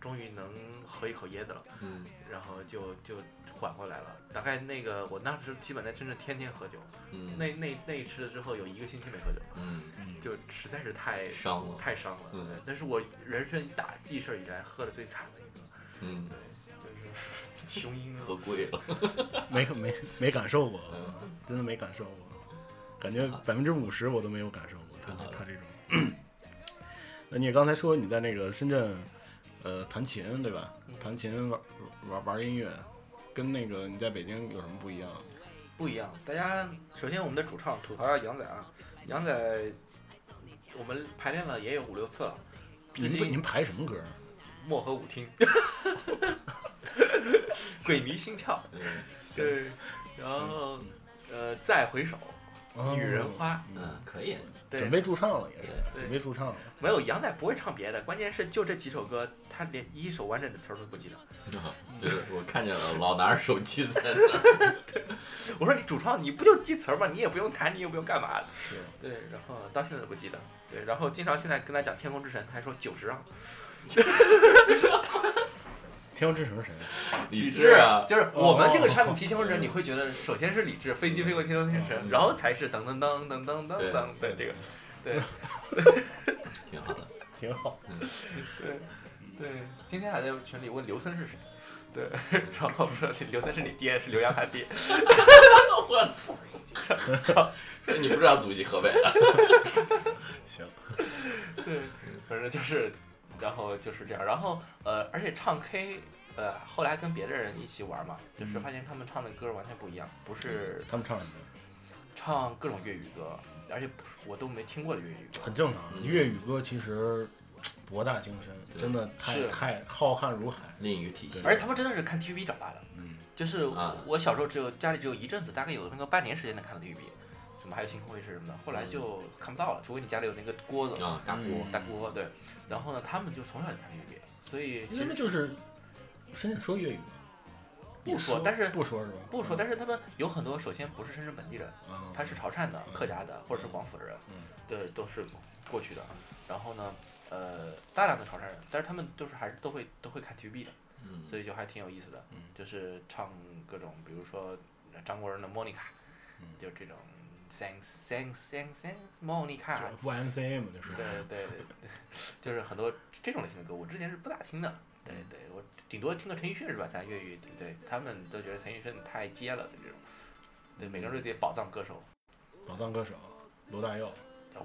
B: 终于能喝一口椰子了，
C: 嗯
B: 然后就就缓过来了。大概那个我当时基本在深圳天天喝酒，
C: 嗯
B: 那那那一次之后有一个星期没喝酒，
C: 嗯
B: 就实在是太
C: 伤了
B: 太伤了。
C: 嗯
B: 对，那是我人生打记事儿以来喝的最惨的一个。
C: 嗯
B: 对，就是雄鹰
C: 喝贵了，
A: 没没没感受过，
C: 嗯
A: 真的没感受过，感觉百分之五十我都没有感受过他这他这种。那你刚才说你在那个深圳，呃，弹琴对吧？
B: 嗯
A: 弹琴玩玩玩音乐，跟那个你在北京有什么不一样？
B: 不一样。大家首先我们的主唱吐槽一下杨仔啊，杨仔，我们排练了也有五六次了，
A: 您
B: 最
A: 不您
B: 近
A: 排什么歌？啊
B: 漠河舞厅，鬼迷心窍，
C: 嗯
B: 对，然后呃再回首，
A: 哦
B: 女人花，
C: 嗯，可以，
B: 对
A: 准，备驻唱了也是，
C: 对
A: 准备驻唱了。
B: 没有杨仔不会唱别的，关键是就这几首歌，他连一首完整的词儿都不记得。
C: 对，我看见了，老拿着手机在那儿，
B: 我说你主唱你不就记词儿吗？你也不用弹，你也不用干嘛的。
A: 是，
B: 对，然后到现在都不记得。对，然后经常现在跟他讲《天空之城》，他还说九十啊，
A: 天空之城是谁？
C: 理
B: 智
C: 智啊，
B: 就是我们这个
A: 哦
B: 产品提天空之城，你会觉得首先是理智，飞机飞过天空之
A: 嗯
B: 城，然后才是噔噔噔噔噔噔噔，对这个，对
C: 挺好的，
A: 挺好。
B: 对对，今天还在群里问刘森是谁。对，然后我说刘森是你爹，是刘洋他爹。
C: 我操， 说你不知道祖籍河北啊，
A: 行，
B: 对，反正就是，然后就是这样，然后呃，而且唱 K，呃，后来还跟别的人一起玩嘛，就是发现他们唱的歌完全不一样，不是
A: 他们唱什么？
B: 唱各种粤语歌，而且不是我都没听过的粤语歌
A: 很。正常。
C: 嗯
A: 粤语歌其实博大精深，
C: 对
A: 真的太
B: 是
A: 太浩瀚如海。
C: 另一个体系，
B: 而且他们真的是看 TVB 长大的，
A: 嗯，
B: 就是
C: 啊
B: 我小时候只有家里只有一阵子，大概有那个半年时间能看到 TVB，什么还有星空卫视什么的，后来就看不到了，除非你家里有那个锅子，
C: 啊，大锅，
B: 大锅对。然后呢，他们就从小就看 TVB，所以其
A: 因为那
B: 实
A: 就是深圳说粤语吗，
B: 不说，但是
A: 不说是吧？
B: 不说，但是他们有很多，首先不是深圳本地人，
A: 嗯
B: 他是潮汕的、
A: 嗯
B: 客家的或者是广府的人，
A: 嗯
B: 对，都是过去的。啊然后呢，呃，大量的潮汕人，但是他们都是还是都会都会看 TVB 的，
C: 嗯
B: 所以就还挺有意思的，
A: 嗯
B: 就是唱各种，比如说张国荣的《莫妮卡
A: 嗯》，
B: 就这种 Thanks Thanks Thanks Thanks Monica，
A: ，YMCA 嘛，就是
B: 对对对对， 就是很多这种类型的歌，我之前是不大听的。对
A: 嗯
B: 对，我顶多听个陈奕迅是吧？咱粤语对他们都觉得陈奕迅太接了，对这种，对每个
A: 嗯
B: 人对自己的宝藏歌手。
A: 宝藏歌手罗大佑，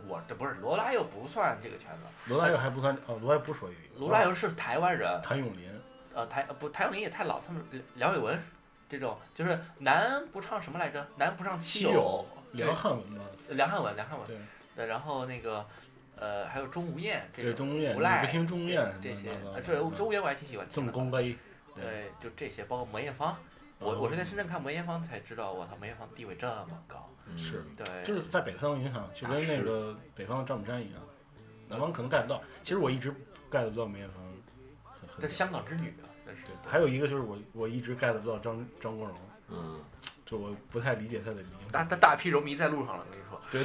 B: 我这不是罗大佑不算这个圈子，
A: 罗大佑还不算哦，罗大佑不说粤语，
B: 罗大佑是台湾人，
A: 谭咏麟，
B: 呃台呃不台湾林也太老，他们呃梁伟文这种就是男不唱什么来着？男不唱七
A: 七友
B: 对
A: 梁汉文嘛，
B: 梁汉文梁汉文
A: 对
B: 对，然后那个呃还有钟无艳这
A: 对，
B: 种
A: 钟无艳，
B: 无
A: 你
B: 赖
A: 不听钟无艳什
B: 这些，
A: 么
B: 呃
A: 的，嗯
B: 这钟无艳我还挺喜欢听
A: 郑
B: 的。
A: 公威，
B: 对，就这些，包括梅艳芳。我
A: 哦
B: 我是在深圳看梅艳芳才知道，我操，梅艳芳地位这么高。
C: 嗯
A: 是
B: 对，
A: 就是在北方影响，就跟那个
C: 啊
A: 北方的丈母毡一样，南方可能 get 不到。其实我一直 get 不到梅艳芳，很很
B: 这香港之女啊，但是
A: 对。还有一个就是我我一直 get 不到张张国荣，
C: 嗯，
A: 就我不太理解他的影响。
B: 大大大批球迷在路上了，我跟你说。
A: 对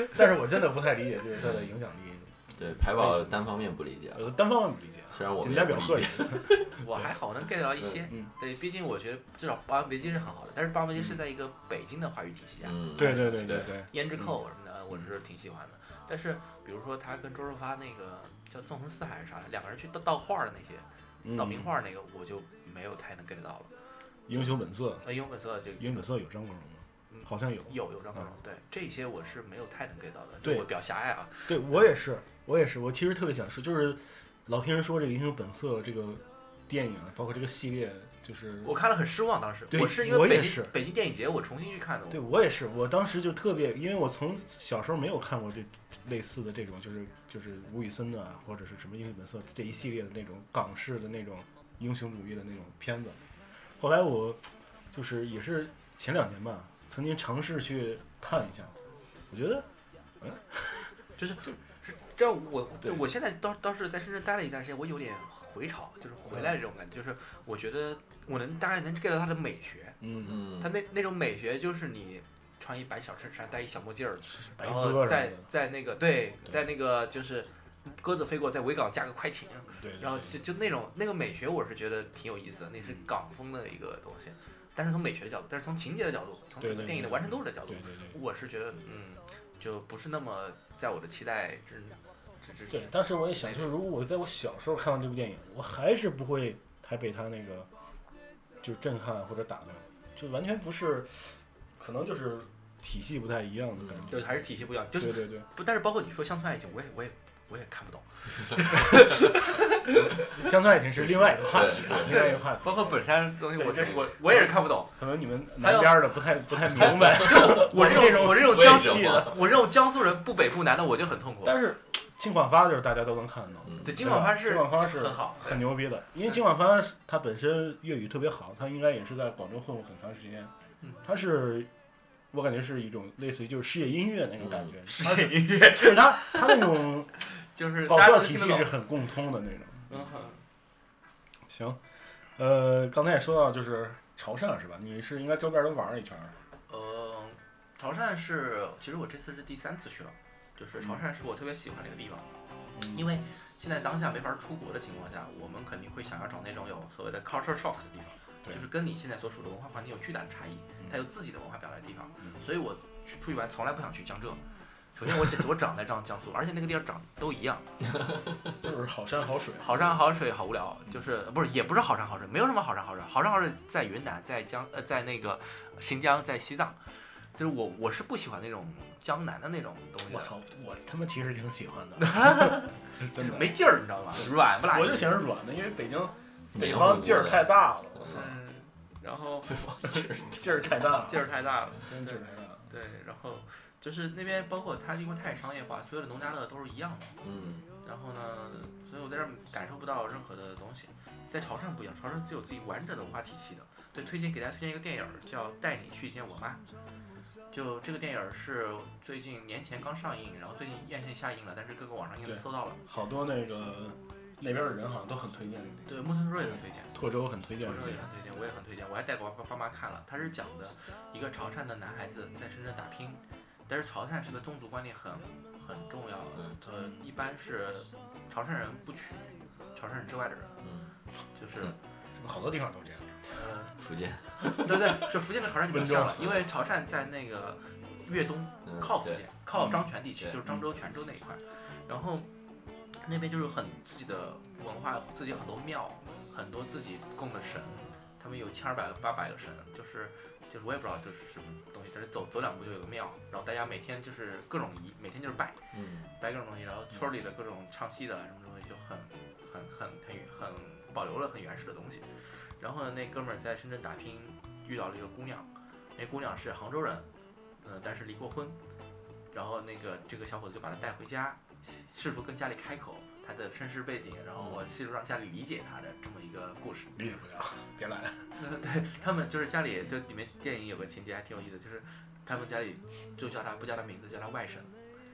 A: 对，但是我真的不太理解就是他的影响力，
C: 对，排宝单方面不理解，
A: 呃，单方面不理解，
C: 虽然我
A: 仅
C: 们
A: 代
C: 也不
A: 表个
C: 理
A: 人
C: 解，。
B: 我还好能 get 到一些
A: 嗯，
B: 对，毕竟我觉得至少霸王别姬是很好的，但是霸王别姬是在一个北京的话语体系下，
C: 嗯，
A: 对对对
C: 对，
A: 对，
B: 胭脂扣什么的，
A: 嗯
B: 我是挺喜欢的。但是比如说他跟周润发那个叫《纵横四海》还是啥的，两个人去盗盗画的那些，
A: 嗯
B: 盗名画那个，我就没有太能 get 到了。
A: 英雄本色，
B: 那英文色就
A: 英雄本色有张国荣吗
B: 嗯？
A: 好像有。
B: 有有张国荣，对这些我是没有太能 get 到的，
A: 对
B: 就我比较狭隘啊。
A: 对我也是，我也是，我其实特别想说，就是老听人说这个《英雄本色》这个电影，包括这个系列，就是
B: 我看了很失望，当时
A: 对
B: 是因
A: 我
B: 为
A: 也
B: 北
A: 是
B: 京北京电影节，我重新去看的。
A: 对我也是，我当时就特别，因为我从小时候没有看过这类似的这种，就是就是吴宇森的啊，或者是什么英雄本色这一系列的那种港式的那种英雄主义的那种片子。后来我就是也是前两年吧，曾经尝试去看一下，我觉得
B: 就是这我
A: 对
B: 我现在倒倒是在深圳待了一段时间，我有点回潮，就是回来这种感觉，就是我觉得我能大概能 get 到它的美学，
A: 嗯，
C: 嗯，
B: 它那那种美学就是你穿一白小衬衫，戴一小墨镜儿，
A: 白
B: 然
A: 鸽
B: 后
A: 什么
B: 在
A: 的，
B: 在那个对，
A: 对
B: 在那个就是鸽子飞过，在维港加个快艇，
A: 对，对
B: 然后就就那种那个美学，我是觉得挺有意思的，
A: 嗯
B: 那是港风的一个东西。但是从美学的角度，但是从情节的角度，从
A: 对
B: 整个
A: 对
B: 电影的
A: 对
B: 完成度的角度
A: 对，对对。
B: 我是觉得嗯，就不是那么在我的期待之之之
A: 对
B: 之，。
A: 但是我也想，就是如果我在我小时候看完这部电影，我还是不会太被他那个就震撼或者打动，就完全不是，可能就是体系不太一样的感觉。
B: 就还是体系不一样，就是
A: 对对对，
B: 不，但是包括你说乡村爱情，我也我也我也看不懂，
A: 乡村爱情是另外一个话题啊，
C: 对
A: 另外一个话题。
B: 包括本山的东西，
A: 对
B: 我这
A: 对
B: 我我也是看不懂，
A: 可能你们南边的不太不太明白，
B: 我
A: 我
B: 这
A: 这种
B: 我这种
C: 为
B: 江
C: 什
B: 西
C: 么
B: 的，我这种江苏人不北不南的我就很痛苦。
A: 但是金管发就是大家都能看到。
C: 嗯
B: 对，
A: 金
B: 金广发是
A: 金广发是
B: 很好，
A: 很牛逼的，因为金管发他本身粤语特别好，他应该也是在广州混过很长时间
B: 嗯。
A: 他是，我感觉是一种类似于就是世界音乐那种感觉，
B: 嗯世
A: 他
B: 界
A: 是
B: 音乐
A: 就是他他那种
B: 就是
A: 搞
B: 大家
A: 笑
B: 都
A: 体
B: 听
A: 系
B: 得
A: 是
B: 懂。
A: 很共通的那种。
B: 嗯哼
A: 行，呃，刚才也说到就是潮汕是吧？你是应该周边都玩了一圈儿，
B: 呃，潮汕是，其实我这次是第三次去了，就是潮汕是我特别喜欢的一个地方，
A: 嗯
B: 因为现在当下没法出国的情况下，我们肯定会想要找那种有所谓的 culture shock 的地方，
A: 对
B: 就是跟你现在所处的文化环境有巨大的差异，它有自己的文化表达的地方，
A: 嗯
B: 所以我去出去玩从来不想去江浙。首先我长，我长在江江苏，而且那个地儿长都一样，
A: 就是好山好水。
B: 好山好水好无聊，就是不是也不是好山好水，没有什么好山好水，好山好水在云南，在江呃在那个新疆，在西藏，就是我我是不喜欢那种江南的那种东西的，
A: 我操，我他妈其实挺喜欢的，
B: 就
A: 真
B: 是
A: 的。
B: 没劲儿，你知道吧？软不拉几。
A: 我就嫌是软的，因为北京
C: 北
A: 北方 劲儿太大了，
B: 嗯，然后
C: 北方劲儿
A: 劲儿太大了，
B: 劲儿太大了，
A: 真劲儿太大了。
B: 对，然后就是那边包括它因为太商业化，所有的农家乐都是一样的，
C: 嗯
B: 然后呢，所以我在这儿感受不到任何的东西。在潮汕不一样，潮汕是有自己完整的文化体系的。对，推荐给大家推荐一个电影儿，叫《带你去见我妈》。就这个电影儿是最近年前刚上映，然后最近院线下映了，但是各个网上应该
A: 对
B: 搜到了。
A: 好多那个那边的人好像都很推荐这个电影，
B: 对，木村拓也很推荐，
A: 拓州很推荐
B: 木
A: 这
B: 村
A: 个
B: 拓
A: 电影。
B: 也很推荐，我也很推荐，我还带过爸爸妈看了。它是讲的一个潮汕的男孩子在深圳打拼，但是潮汕是个宗族观念很很重要的，呃，一般是潮汕人不娶潮汕人之外的人，
C: 嗯，
B: 就是。
A: 怎么好多地方都这样？
B: 呃，
C: 福建
B: 对对，就福建跟潮汕就
A: 温
B: 比较
A: 州
B: 像了，因为潮汕在那个粤东
C: 嗯
B: 靠福
C: 对
B: 建，靠漳泉地区，
C: 对嗯
B: 就是漳州、泉州那一块儿，然后那边就是很自己的文化，自己很多庙，很多自己供的神，他们有千百个、八百个神，就是就是我也不知道这是什么东西，但是走走两步就有个庙，然后大家每天就是各种仪，每天就是拜
C: 嗯
B: 拜各种东西，然后村儿里的各种唱戏的啊什么东西就很很很很很保留了很原始的东西。然后呢，那哥们儿在深圳打拼，遇到了一个姑娘，那姑娘是杭州人，嗯、但是离过婚。然后那个这个小伙子就把她带回家，试图跟家里开口他的身世背景，然后我试图让家里理解他的这么一个故事。
A: 理解不了，别来。
B: 对他们就是家里，就里面电影有个情节还挺有意思，就是他们家里就叫他不叫他名字，叫他外甥，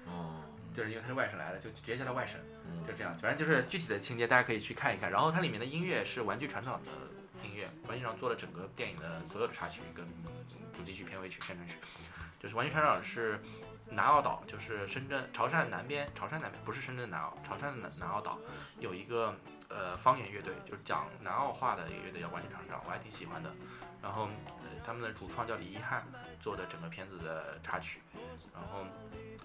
C: 哦
B: 就是因为他是外甥来的，就直接叫他外甥。
C: 嗯
B: 就这样，反正就是具体的情节大家可以去看一看。然后它里面的音乐是玩具船长的音乐，玩具船长做了整个电影的所有的插曲跟主题曲、片尾曲、宣传曲。就是玩具船长是南澳岛，就是深圳潮汕南边，潮汕南边不是深圳南澳，潮汕的南南澳岛有一个呃方言乐队，就是讲南澳话的一个乐队叫玩具船长，我还挺喜欢的。然后、呃他们的主创叫李一汉做的整个片子的插曲。然后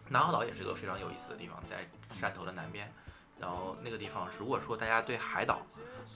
B: 南澳岛也是个非常有意思的地方，在汕头的南边。然后那个地方，如果说大家对海岛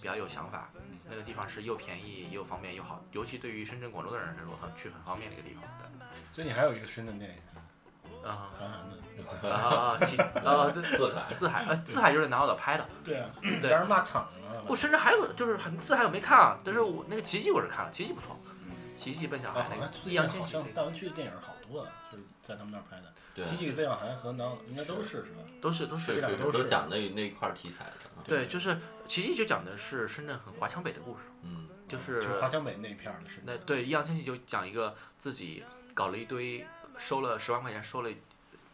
B: 比较有想法，那个地方是又便宜又方便又好，尤其对于深圳、广州的人来说，很去很方便的一个地方的。
A: 最近还有一个深圳电影，
B: 啊、
A: 韩寒的。
B: 啊，其啊对，
C: 四海
B: 四海，呃，四海就是南澳岛拍的。
A: 对啊，
B: 对
A: 让人骂惨了。
B: 不，，深圳还有就是很四海我没看啊，但是我那个奇迹我是看了，奇迹不错，
A: 嗯，
B: 奇迹奔向
A: 啊，
B: 海
A: 好
B: 那个
A: 像，最
B: 易
A: 近
B: 烊千
A: 好
B: 玺
A: 像
B: 那个
A: 大湾区的电影好多啊，就是在他们那儿拍的。
C: 对
A: 奇迹与飞扬寒和南澳应该都是是吧？
B: 都是都
A: 这
B: 是
A: 两
C: 对
A: 个都是
C: 都讲那那一块儿题材的啊
B: 对，就是奇迹就讲的是深圳和华强北的故事，
C: 嗯
B: 就是
A: 就华强北那片儿的是。
B: 那对，易烊千玺就讲一个自己搞了一堆，收了十万块钱，收了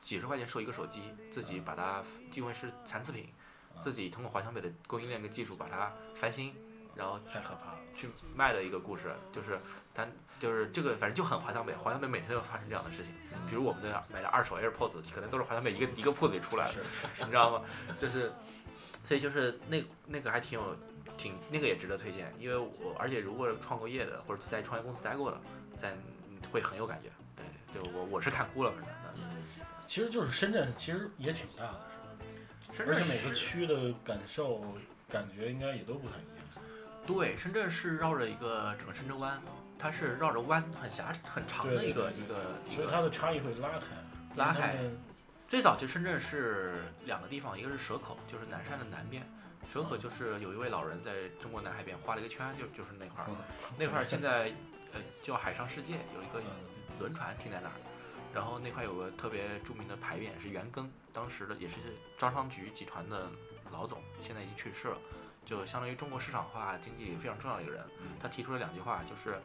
B: 几十块钱收一个手机，自己把它定位是残次品，
A: 啊
B: 自己通过华强北的供应链跟技术把它翻新，然后
A: 太可怕了。
B: 去卖的一个故事，就是他就是这个，反正就很华强北，华强北每天都发生这样的事情。比如我们的买的二手 AirPods，可能都是华强北一个一个铺子里出来的，你知道吗？就是，所以就是那那个还挺有挺那个也值得推荐，因为我而且如果创过业的或者在创业公司待过的，在会很有感觉。对，就我我是看哭了，反正。
C: 嗯
A: 其实就是深圳，其实也挺大的，是吧
B: 深
A: 而
B: 圳
A: 且每个
B: 是
A: 区的感受、感觉应该也都不太一样。
B: 对，深圳是绕着一个整个深圳湾，它是绕着湾很狭很长的一
A: 对
B: 个
A: 对
B: 一个一
A: 所以
B: 个
A: 它的差异会拉开，
B: 拉开
A: 因为
B: 最早其实深圳是两个地方，一个是蛇口，就是南山的南边。蛇口就是有一位老人在中国南海边画了一个圈，就就是那
A: 它
B: 块儿
A: 们，
B: 那块儿现在呃叫海上世界，有一个
A: 嗯
B: 轮船停在那儿，然后那块有个特别著名的牌匾是袁庚，当时的也是招商局集团的老总，现在已经去世了，就相当于中国市场化经济非常重要的一个人。他提出了两句话，就是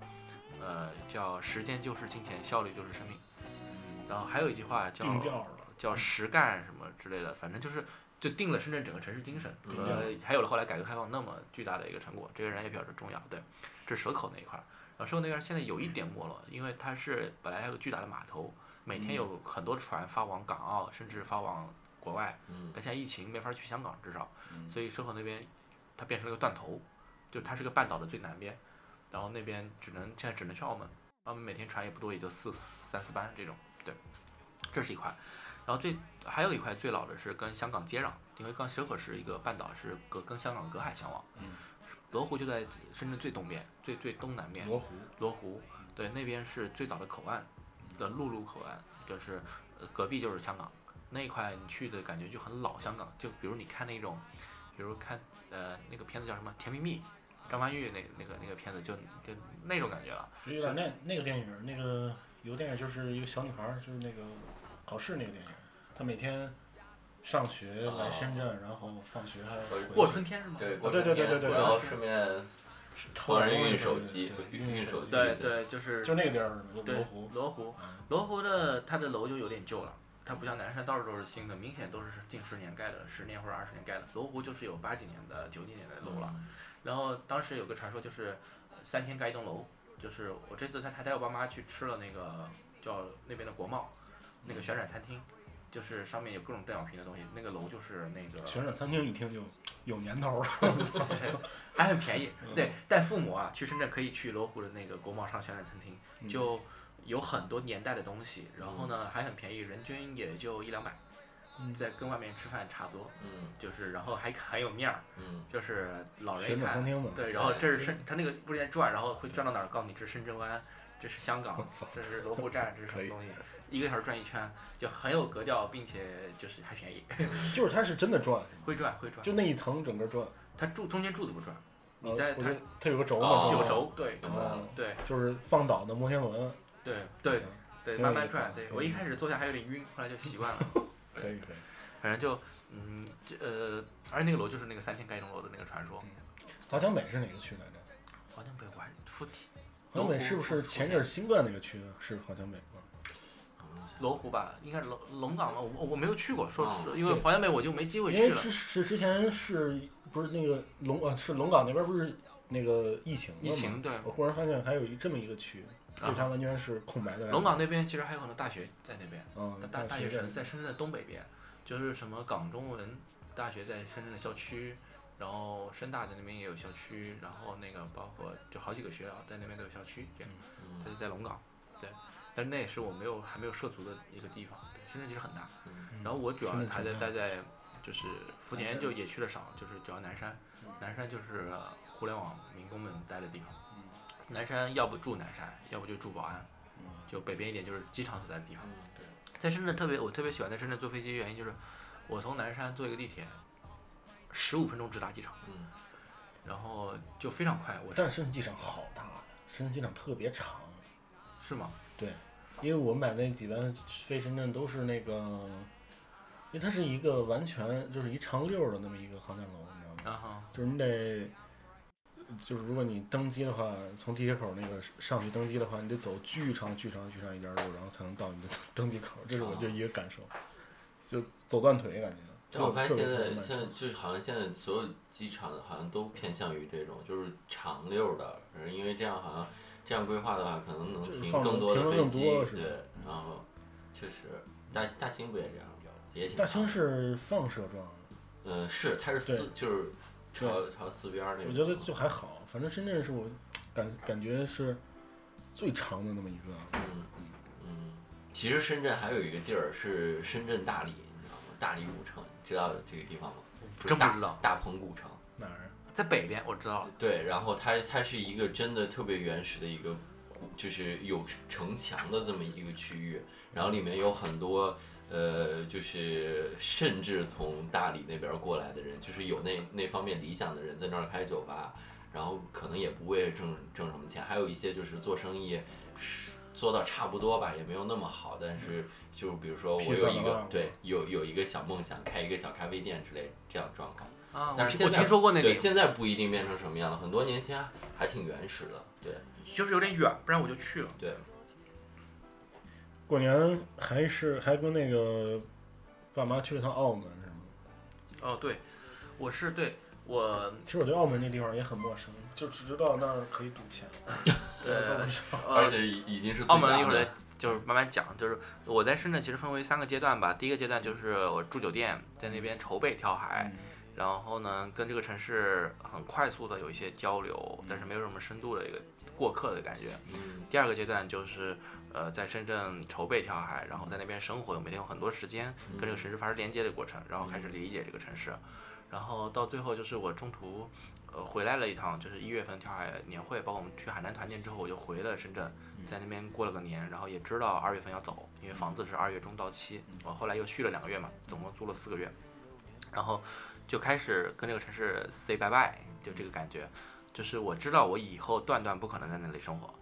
B: 呃叫时间就是金钱，效率就是生命，然后还有一句话叫
A: 定调了，
B: 叫实干什么之类的，反正就是就定了深圳整个城市精神，
C: 嗯
B: 呃，还有了后来改革开放那么巨大的一个成果，这个人也比较重要。对，这是蛇口那一块儿，然后蛇口那边现在有一点没落，因为它是本来还有个巨大的码头，每天有很多船发往港澳，甚至发往国外，
C: 嗯
B: 但现在疫情没法去香港，至少，
C: 嗯
B: 所以蛇口那边它变成了个断头，就它是个半岛的最南边，然后那边只能现在只能去澳门，澳门每天船也不多，也就四三四班这种，对，这是一块，然后最还有一块最老的是跟香港接壤，因为刚蛇口是一个半岛，是隔跟香港隔海相望，
A: 嗯，
B: 罗湖就在深圳最东边，最最东南边，
A: 罗湖
B: 罗湖，对，那边是最早的口岸的陆路口岸，就是呃隔壁就是香港那一块，你去的感觉就很老香港，就比如你看那种，比如看呃那个片子叫什么《甜蜜蜜》，张曼玉那那个那个片子就就那种感觉了，
A: 有点那那个电影，那个有个电影就是一个小女孩儿，就是那个考试那个电影，她每天上学来深圳，然后放学还
C: 说是
A: 回
B: 啊过春天是吗？
C: 对，
A: 啊对对对对对
C: 然后顺便
A: 偷
C: 帮人
A: 东西
C: 运手机
A: 对，对
C: 运手机，
B: 对对，就是
A: 就那个地儿
B: 对
A: 罗湖，
B: 罗湖
A: 嗯，
B: 罗湖的它的楼就有点旧了，它不像南山到处都是新的，明显都是近十年盖的，十年或者二十年盖的。罗湖就是有八几年的、九几年的楼了。然后当时有个传说就是呃三天盖一栋楼，就是我这次他他带我爸妈去吃了那个叫那边的国贸那个旋转餐厅，就是上面有各种邓小平的东西，那个楼就是那个
A: 旋转餐厅一听就有年头了，
B: 还很便宜。
A: 嗯
B: 对，带父母啊去深圳可以去罗湖的那个国贸上旋转餐
A: 嗯
B: 厅，就有很多年代的东西，然后呢还很便宜，人均也就一两百
A: 嗯，
B: 在跟外面吃饭差不多。
C: 嗯
B: 就是然后还很有面儿，
C: 嗯
B: 就是老人
A: 旋
B: 一
A: 转
B: 看
A: 餐，厅嘛，
B: 对，然后这是
A: 嗯
B: 深，他那个不是在转，然后会转到哪儿？告诉你这是深圳湾，这是香港，这是罗湖站，这是什么东西？一个小时转一圈，就很有格调，并且就是还便宜，
C: 嗯
A: 就是它是真的转，
B: 会转会转。
A: 就那一层整个转，
B: 它柱中间柱子不转，你
A: 呃
B: 在
A: 我
B: 它
A: 觉得它有个轴
C: 哦
A: 嘛，
B: 有
A: 中间
B: 轴，对
C: 明白了，
B: 对
A: 就是放倒的摩天轮，
B: 对对对，
A: 挺有
B: 慢慢
A: 意思啊
B: 转。对
A: 挺有
B: 我一
A: 意
B: 开
A: 思
B: 始坐下还有点晕，后来就习惯了。
A: 可以可以。
B: 反正就嗯这呃，而且那个楼就是那个三天盖一栋楼的那个传说，
A: 嗯华强北是哪个区来着？
B: 好像被玩附体
A: 华强北是不是前阵儿新冠那个区是华强北吗？
B: 罗湖吧，应该是龙龙岗吧，我我我没有去过，说
C: 哦
B: 是因为
A: 对
B: 华强北我就没机会
A: 因
B: 去
A: 为
B: 了。
A: 是是之前是不是那个龙啊？是龙岗那边不是那个疫情了吗
B: 疫情对啊
A: 我忽然发现还有一这么一个区，对它完全是空白的。
B: 龙岗那边其实还有很多大学在那边，
A: 嗯
B: 大大
A: 大
B: 大学城
A: 城
B: 在深圳的东北边，就是什么港中文大学在深圳的校区，然后深大在那边也有校区，然后那个包括就好几个学校在那边都有校区，这样，
C: 嗯
B: 它就在龙岗，对，但是那也是我没有还没有涉足的一个地方，对，深圳其实很大，
C: 嗯
B: 然后我主要
A: 深圳
B: 还在
A: 挺大
B: 待在就是福
A: 南
B: 田
A: 山
B: 就也去的少，就是主要南山，南山就是呃互联网民工们待的地方，
C: 嗯
B: 南山要不住南山，要不就住宝安，
A: 嗯
B: 就北边一点就是机场所在的地
C: 嗯
B: 方。在深圳特别，我特别喜欢在深圳坐飞机，原因就是我从南山坐一个地铁，十五分钟直达机场，
C: 嗯
B: 然后就非常快。我
A: 但是深圳机场好大呀，深圳机场特别长，
B: 是吗？
A: 因为我买那几班飞深圳都是那个，因为它是一个完全就是一长溜儿的那么一个航站楼，你知道
C: 嗯
A: 吗？
B: 然后
A: 就是你得，就是如果你登机的话，从地铁口那个上去 登机的话，你得走巨长巨长巨长一条路，然后才能到你的登机口。这是我就一个感受。就走断腿感觉。
C: 但我发现现
A: 哦特别特别
C: 在
A: 难
C: 现在就是好像现在所有机场好像都偏向于这种就是长溜的，呃因为这样好像这样规划的话，可能能
A: 就是
C: 停
A: 放
C: 更多
A: 停
C: 的
A: 得
C: 飞
A: 更
C: 机
A: 多嗯是吧
C: 对，然后确实大大兴不也这样吗？也挺
A: 大兴
C: 长
A: 是放射状的，
C: 嗯是它是四就是朝朝四边儿那
A: 我
C: 种，
A: 觉得就还好，反正深圳是我感感觉是最长的那么一个。
C: 嗯嗯，其实深圳还有一个地儿是深圳大理，你知道吗？大理古城，知道这个地方吗？就是
B: 真不
C: 大
B: 知道，
C: 大鹏古城。
A: 哪儿？
B: 在北边我知道了，
C: 对，然后它它是一个真的特别原始的一个古，就是有城墙的这么一个区域，然后里面有很多呃，就是甚至从大理那边儿过来的人，就是有那那方面理想的人在那儿开酒吧，然后可能也不为挣挣什么钱，还有一些就是做生意是做到差不多吧，也没有那么好，但是就比如说我
A: 披
C: 有
A: 萨
C: 一
A: 了
C: 个
A: 吧
C: 对有有一个小梦想，开一个小咖啡店之类这样状况。
B: 啊，我
C: 但是
B: 听我
C: 现在
B: 听说过那
C: 对，
B: 里，
C: 现在不一定变成什么样了，很多年前还挺原始的。对
B: 就是有点远，不然我就去了。
C: 对，
A: 过年还是还跟那个爸妈去了趟澳门，是吗？
B: 哦，对，我是对我
A: 其实我对澳门那地方也很陌生，就只知道那儿可以赌钱。
B: 呃
C: 而
B: 呃
C: 且已已经是最
B: 澳门
C: 大
B: 一会儿
C: 的
B: 再就是慢慢讲，就是我在深圳其实分为三个阶段吧。第一个阶段就是我住酒店，在那边筹备跳海，然后呢跟这个城市很快速的有一些交流，但是没有什么深度的一个过客的感觉。
C: 嗯
B: 第二个阶段就是呃在深圳筹备跳海，然后在那边生活，每天有很多时间跟这个城市发生连接的过程，然后开始理解这个城市，然后到最后就是我中途呃回来了一趟，就是一月份跳海年会，包括我们去海南团建之后，我就回了深圳，在那边过了个年，然后也知道二月份要走，因为房子是二月中到期，我后来又续了两个月嘛，总共租了四个月，然后就开始跟这个城市 say bye bye，就这个感觉。就是我知道我以后断断不可能在那里生活，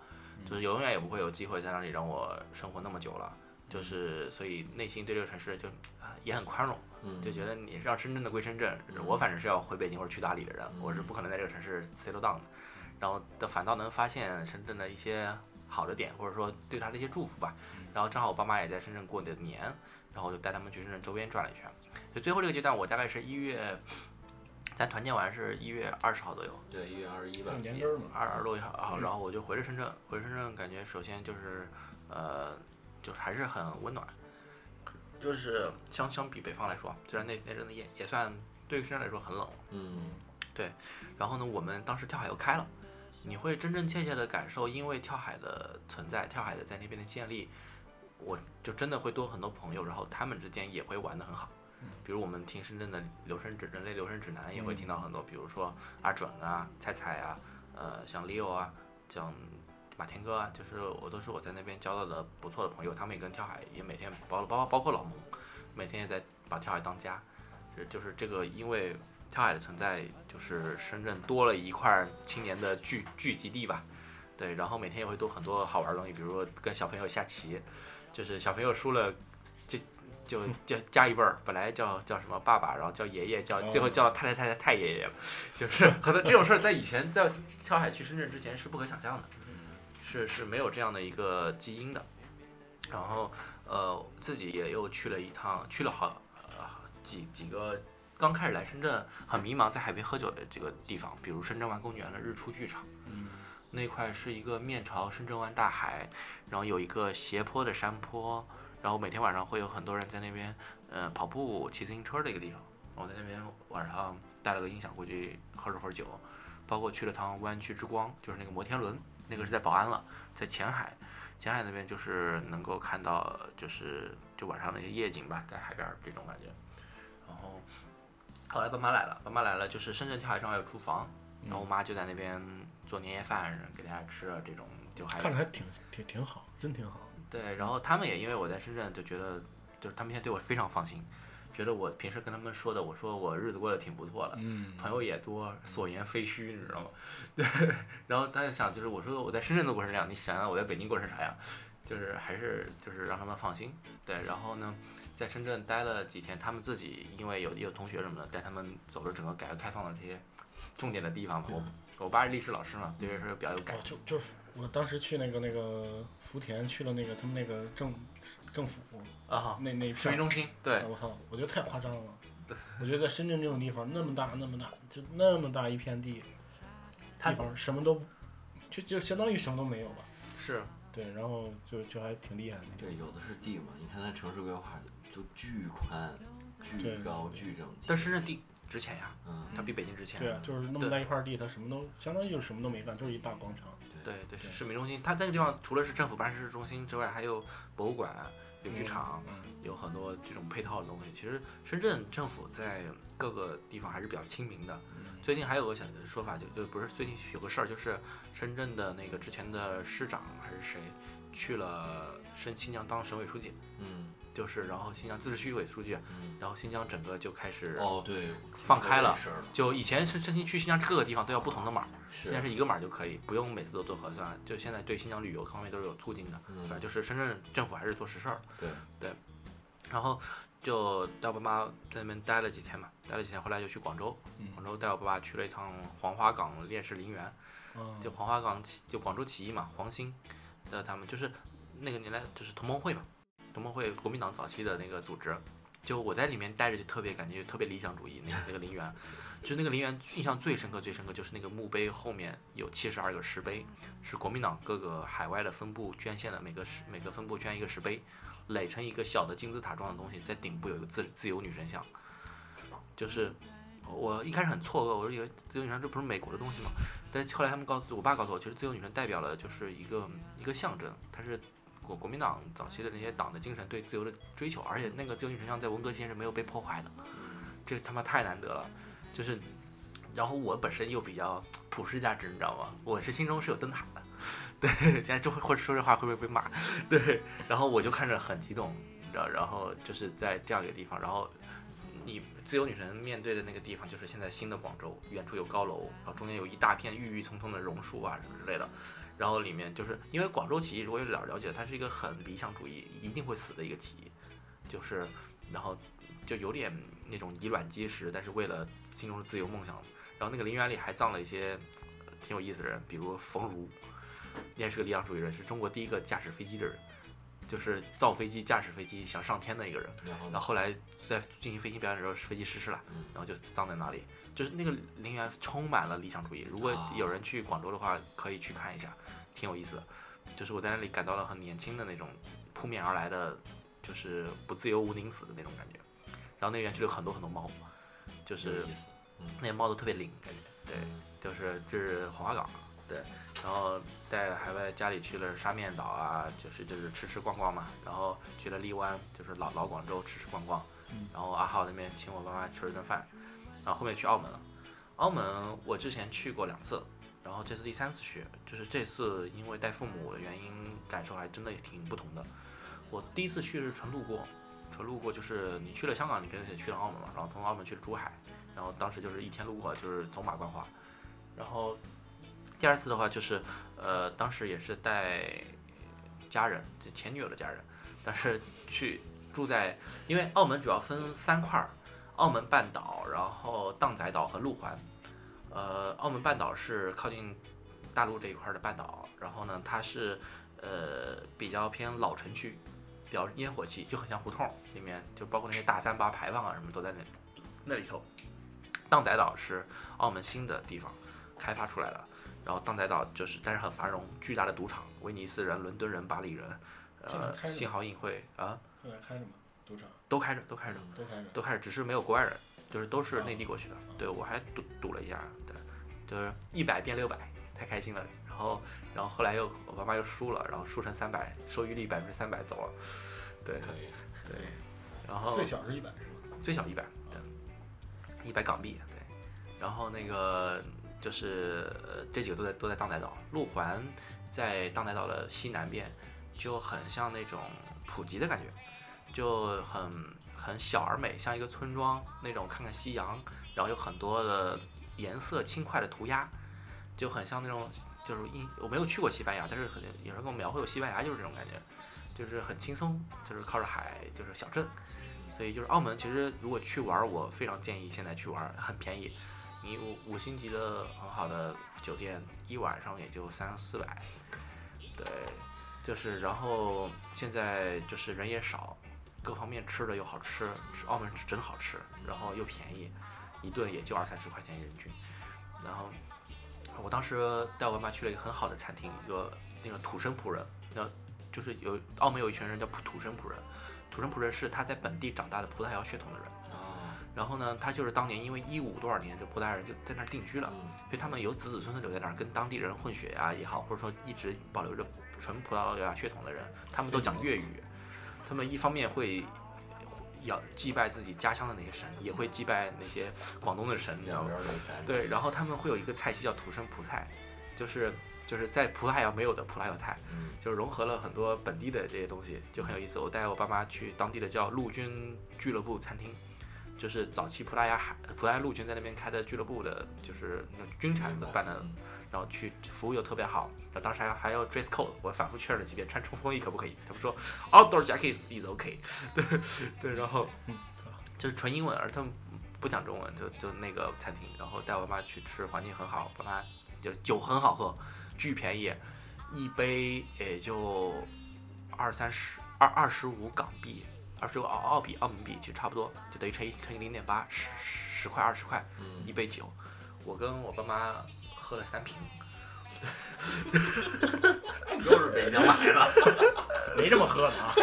B: 就是永远也不会有机会在那里让我生活那么久了。就是所以内心对这个城市就啊也很宽容，
C: 嗯
B: 就觉得你让深圳的归深圳，
C: 嗯
B: 我反正是要回北京或者去大理的人，
C: 嗯
B: 我是不可能在这个城市 settle down 的。然后的反倒能发现深圳的一些好的点，或者说对他的一些祝福吧。
C: 嗯
B: 然后正好我爸妈也在深圳过的年，然后我就带他们去深圳周边转了一圈。就最后这个阶段，我大概是一月，咱团建完是一月二十号左右，
C: 对一月二十一吧
A: 挣，年根儿嘛。
B: 二二六一号，然后我就回了深圳，回深圳感觉首先就是，呃，就是还是很温暖，就是相相比北方来说，虽然那那阵子也也算对于深圳来说很冷，
C: 嗯
B: 然后呢，我们当时跳海又开了，你会真真切切的感受，因为跳海的存在，跳海的在那边的建立，我就真的会多很多朋友，然后他们之间也会玩得很好。比如我们听深圳的留声指人类留声指南，也会听到很多，比如说阿准啊、菜菜啊，呃，像 Leo 啊，像马天哥啊，就是我都是我在那边交到的不错的朋友，他们也跟跳海也每天包包包括老蒙，每天也在把跳海当家，是就是这个因为跳海的存在，就是深圳多了一块青年的聚聚集地吧。对，然后每天也会多很多好玩的东西，比如说跟小朋友下棋，就是小朋友输了，就就就加一辈儿，本来叫叫什么爸爸，然后叫爷爷，叫最后叫到太太太太太爷爷了，就是 很多这种事儿在以前在跳海去深圳之前是不可想象的，是是没有这样的一个基因的。然后呃，自己也又去了一趟，去了好、呃、几几个刚开始来深圳很迷茫，在海边喝酒的这个地方，比如深圳湾公园的日出剧场，
A: 嗯，
B: 那块是一个面朝深圳湾大海，然后有一个斜坡的山坡，然后每天晚上会有很多人在那边呃跑步、骑自行车的一个地方。我在那边晚上带了个音响过去喝了会儿酒，包括去了趟湾区之光，就是那个摩天轮，那个是在宝安了，在前海，前海那边就是能够看到就是就晚上的一些夜景吧，在海边儿这种感觉。然后后来爸妈来了，爸妈来了就是深圳跳海正好有厨房，然后我妈就在那边做年夜饭给大家吃了，这种就还
A: 看着还挺挺挺好，真挺好。
B: 对，然后他们也因为我在深圳，就觉得就是他们现在对我非常放心，觉得我平时跟他们说的，我说我日子过得挺不错的，
A: 嗯，
B: 朋友也多，所言非虚，你知道吗？ 对，然后他就想，就是我说我在深圳都过成这样，你想想我在北京过成啥样？就是还是就是让他们放心。对，然后呢，在深圳待了几天，他们自己因为有有同学什么的，带他们走了整个改革开放的这些重点的地方嘛，我我爸是历史老师嘛，对这事儿比较有感
A: 嗯哦，。就就是我当时去那个那个福田，去了那个他们那个政政府
B: 啊，
A: 那那一
B: 市
A: 片儿，
B: 民中心，对
A: 哎，我操，我觉得太夸张了。我觉得在深圳这种地方，那么大那么大，就那么大一片地，
B: 它
A: 地方什么都，就就相当于什么都没有吧。
B: 是，
A: 对，然后就就还挺厉害的。
C: 对，有的是地嘛，你看它城市规划就巨宽、巨
A: 对
C: 高、巨整齐。
B: 但深圳地值钱呀，
C: 嗯，
B: 它比北京值钱。
A: 对啊，就是那么
B: 对
A: 大一块地，它什么都相当于就是什么都没干，就是一大广场。
B: 对对，是市民中心。它那个地方除了是政府办事中心之外，还有博物馆、有剧场，
A: 嗯，
B: 有很多这种配套的东西。其实深圳政府在各个地方还是比较亲民的。
A: 嗯
B: 最近还有个小说法，就就不是最近有个事儿，就是深圳的那个之前的市长还是谁去了深新疆当省委书记，
C: 嗯
B: 就是然后新疆自治区委书记，
C: 嗯，
B: 然后新疆整个就开始。
C: 哦对，
B: 放开了
C: 事儿了，
B: 就以前是深新去新疆各个地方都要不同的码，
C: 是
B: 现在是一个码就可以，不用每次都做核酸。就现在对新疆旅游各方面都是有促进的。
C: 嗯
B: 反正就是深圳政府还是做实事儿。
C: 对
B: 对，然后就带我爸妈在那边待了几天嘛，待了几天，后来就去广州，
A: 嗯
B: 广州带我爸爸去了一趟黄花岗烈士陵园，
A: 嗯
B: 就黄花岗起就广州起义嘛，黄兴的他们就是那个年代就是同盟会嘛，同盟会国民党早期的那个组织。就我在里面待着，就特别感觉特别理想主义。那个那个陵园，就那个陵园印象最深刻、最深刻就是那个墓碑后面有七十二个石碑，是国民党各个海外的分部捐献的，每个石每个分部捐一个石碑，垒成一个小的金字塔状的东西，在顶部有一个自自由女神像。就是我一开始很错愕，我是以为自由女神这不是美国的东西吗？但后来他们告诉我爸告诉我，其实自由女神代表了就是一个一个象征，它是国国民党早期的那些党的精神对自由的追求，而且那个自由女神像在文革期间是没有被破坏的，这他妈太难得了，就是。然后我本身又比较普世价值，你知道吗？我是心中是有灯塔的，对，现在就会或者说这话会不会被骂？对，然后我就看着很激动，你知道，然后就是在这样一个地方，然后你自由女神面对的那个地方就是现在新的广州，远处有高楼，然后中间有一大片郁郁葱葱的榕树啊什么之类的，然后里面就是因为广州起义，如果有点了解，它是一个很理想主义，一定会死的一个起义，就是然后就有点那种以卵击石，但是为了心中的自由梦想，然后那个陵园里还葬了一些呃挺有意思的人，比如冯如，也是个理想主义人，是中国第一个驾驶飞机的人，就是造飞机、驾驶飞机想上天的一个人。
C: 然后
B: 然
C: 呢
B: 后后来在进行飞行表演的时候，飞机失事了
C: 嗯，
B: 然后就葬在那里。就是那个陵园充满了理想主义，如果
C: 啊
B: 有人去广州的话，可以去看一下，挺有意思的。就是我在那里感到了很年轻的那种扑面而来的，就是不自由无宁死的那种感觉。然后那园区里有很多很多猫，就
C: 有
B: 是
C: 意思
B: 那些猫都特别灵，感觉对。就是就是黄花岗，对，然后在海外家里去了沙面岛啊，就是就是吃吃逛逛嘛，然后去了荔湾，就是老老广州吃吃逛逛，然后阿浩那边请我爸妈吃了顿饭，然后后面去澳门了，澳门我之前去过两次，然后这次第三次去，就是这次因为带父母的原因，感受还真的挺不同的。我第一次去是纯路过，纯路过就是你去了香港，你肯定也去了澳门嘛，然后从澳门去了珠海，然后当时就是一天路过，就是走马观花。然后第二次的话就是，呃，当时也是带家人，就前女友的家人，但是去住在，因为澳门主要分三块儿，澳门半岛，然后荡仔岛和路环。呃，澳门半岛是靠近大陆这一块儿的半岛，然后呢，它是呃比较偏老城区，比较烟火气，就很像胡同里面，就包括那些大三八牌坊啊什么都在那那里头。荡仔岛是澳门新的地方开发出来的，然后荡仔岛就是但是很繁荣，巨大的赌场，威尼斯人、伦敦人、巴黎人，
A: 现在
B: 呃，
A: 开着
B: 新濠影会啊
A: 现在开着嘛，赌场
B: 都开着都开着。
C: 嗯
A: 都开着。
B: 都开始，只是没有国外人，就是都是内地过去的。对我还赌赌了一下，对，就是一百变六百，太开心了。然后，然后后来又我爸妈又输了，然后输成三百，收益率百分之三百走了。对
C: 可以，
B: 对，然后
A: 最小是一百是吧？
B: 最小一百，对，一百港币，对。然后那个就是呃这几个都在都在荡仔岛，路环在荡仔岛的西南边，就很像那种普及的感觉，就很很小而美，像一个村庄那种看看夕阳，然后有很多的颜色轻快的涂鸦，就很像那种就是印我没有去过西班牙，但是很有人跟我描绘过西班牙就是这种感觉，就是很轻松，就是靠着海，就是小镇。所以就是澳门，其实如果去玩儿，我非常建议现在去玩儿，很便宜。你五五星级的很好的酒店，一晚上也就三四百，对，就是然后现在就是人也少，各方面吃的又好吃，吃澳门是真好吃，然后又便宜，一顿也就二三十块钱人均，然后我当时带我妈去了一个很好的餐厅，一个那个土生葡人，那就是有澳门有一群人叫葡土生葡人，土生葡人是他在本地长大的葡萄牙血统的人。
C: 哦，
B: 然后呢，他就是当年因为一五多少年，就葡萄牙人就在那儿定居了，
C: 嗯
B: 所以他们有子子孙孙留在那儿，跟当地人混血呀、也好，或者说一直保留着纯葡萄牙血统的人，他们都讲粤语。他们一方面会要祭拜自己家乡的那些神，也会祭拜那些广东的神，你知道
C: 两
B: 吗？
C: 边儿都沾。
B: 对，然后他们会有一个菜系叫土生葡菜，就是就是在葡萄牙没有的葡萄牙菜。
C: 嗯，
B: 就是融合了很多本地的这些东西，就很有意思。我带我爸妈去当地的叫陆军俱乐部餐厅，就是早期葡萄牙海葡萄牙陆军在那边开的俱乐部的，就是那种军产子办的，
C: 嗯
B: 然后去服务又特别好。然后当时还还要 dress code，我反复确认了几遍，穿冲锋衣可不可以？他们说 outdoor jacket is okay，对对，然后
A: 嗯
B: 就是纯英文，而他们不讲中文，就就那个餐厅，然后带我妈去吃，环境很好，我妈就是酒很好喝，巨便宜，一杯也就二三十二二十五港币，二十五澳澳币澳门币，其实差不多，就等于乘以乘以零点八，十十块二十块
C: 嗯
B: 一杯酒，我跟我爸妈喝了三瓶，
C: 又是北京来 的。
A: 没这么喝的啊。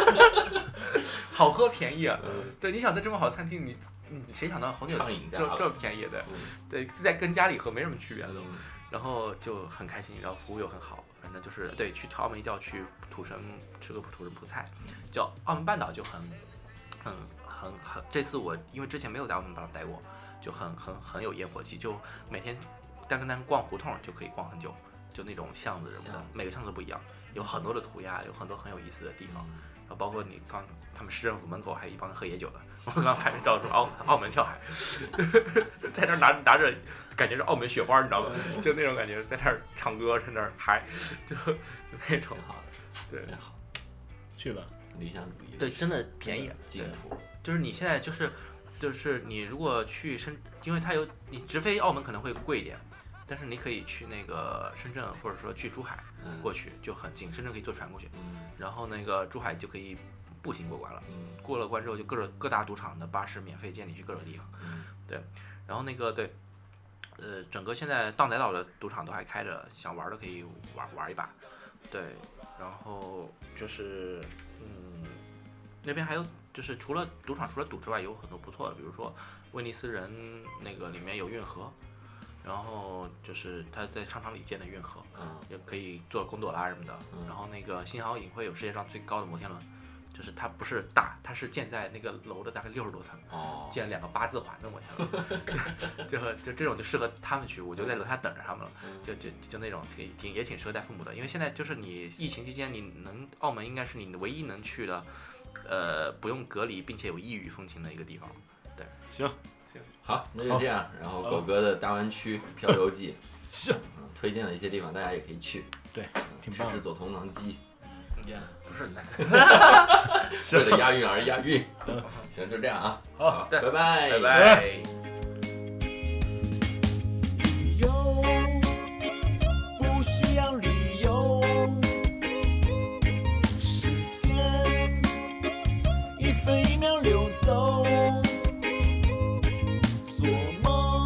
B: 好喝便宜啊！
C: 嗯
B: 对，你想在这么好的餐厅，你你谁想到红 酒
C: 畅饮价
B: 这
C: 吧
B: 这么便宜的？
C: 嗯
B: 对，在跟家里喝没什么区别的。然后就很开心，然后服务又很好，反正就是对，去澳门一定要去土生吃个土生葡菜，叫澳门半岛就很很很很，这次我因为之前没有在澳门半岛待过，就很很很有烟火气，就每天单跟单逛胡同就可以逛很久，就那种巷子什么的
C: 巷，
B: 每个巷子都不一样，有很多的涂鸦，有很多很有意思的地方。
C: 嗯，
B: 啊然后包括你刚他们市政府门口还有一帮人喝野酒的，我刚拍照说澳澳门跳海， 在那儿拿拿着感觉是澳门雪花，你知道吗？就那种感觉，在那儿唱歌，在那儿嗨，就就那种
C: 挺。好的，
B: 对
C: 真好，
A: 去吧，
C: 理想主义。
B: 对，，真的便宜，啊对
C: 净，土。
B: 就是你现在就是就是你如果去深，因为它有你直飞澳门可能会贵一点，但是你可以去那个深圳或者说去珠海
C: 嗯
B: 过去就很近，深圳可以坐船过去，
C: 嗯
B: 然后那个珠海就可以步行过关了。
C: 嗯
B: 过了关之后，就各种各大赌场的巴士免费接你去各种地方。
C: 嗯
B: 然后那个对，呃，整个现在荡仔岛的赌场都还开着，想玩的可以玩玩一把。对，然后就是嗯，那边还有就是除了赌场除了赌之外，有很多不错的，比如说威尼斯人那个里面有运河，然后就是他在商场里建的运河，
C: 嗯
B: 也可以坐贡多拉什么的。
C: 嗯
B: 然后那个新濠影会有世界上最高的摩天轮，就是它不是大，它是建在那个楼的大概六十多层，
C: 哦，
B: 建两个八字环的摩天轮， 就就这种就适合他们去，我就在楼下等着他们了。
C: 嗯
B: 就就就那种挺挺也挺适合带父母的，因为现在就是你疫情期间，你能澳门应该是你唯一能去的，呃，不用隔离并且有异域风情的一个地方。
A: 行
C: 好，那就这样。然后狗哥的大湾
B: 哦
C: 区漂流 记，
A: 行，
C: 嗯推荐了一些地方，大家也可以去，
A: 对，
C: 嗯
A: 挺
C: 吃
A: 棒
C: 吃
A: 的。
C: 左宗棠鸡，
B: 不是，
C: 为了押韵而押 韵。行，就这样啊，
A: 好，
B: 对
C: 拜拜，
B: 拜。拜。
D: 理由，不需要理由。时间一分一秒流走，做梦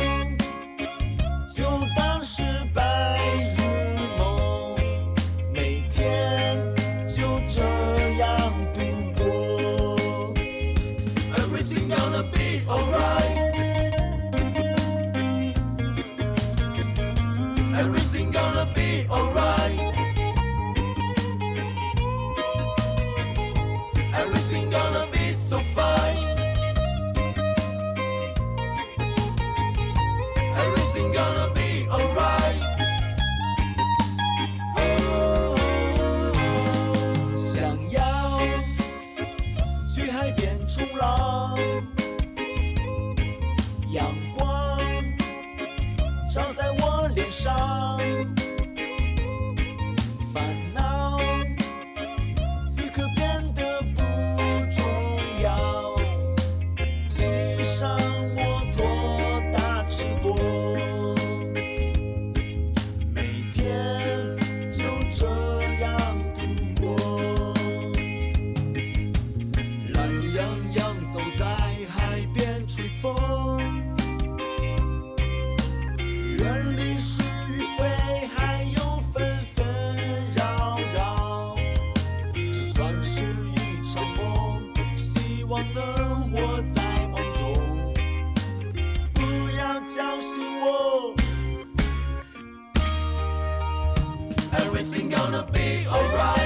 D: 就当是白日梦，每天就这样度过。Everything gonna be alright. Everything gonna be alright. Everything gonna be so fine. Everything gonna be alright. Oh, 想要去海边冲浪，阳光。照在我脸上，烦恼此刻变得不重要，骑上摩托大直播。 everything gonna be alright.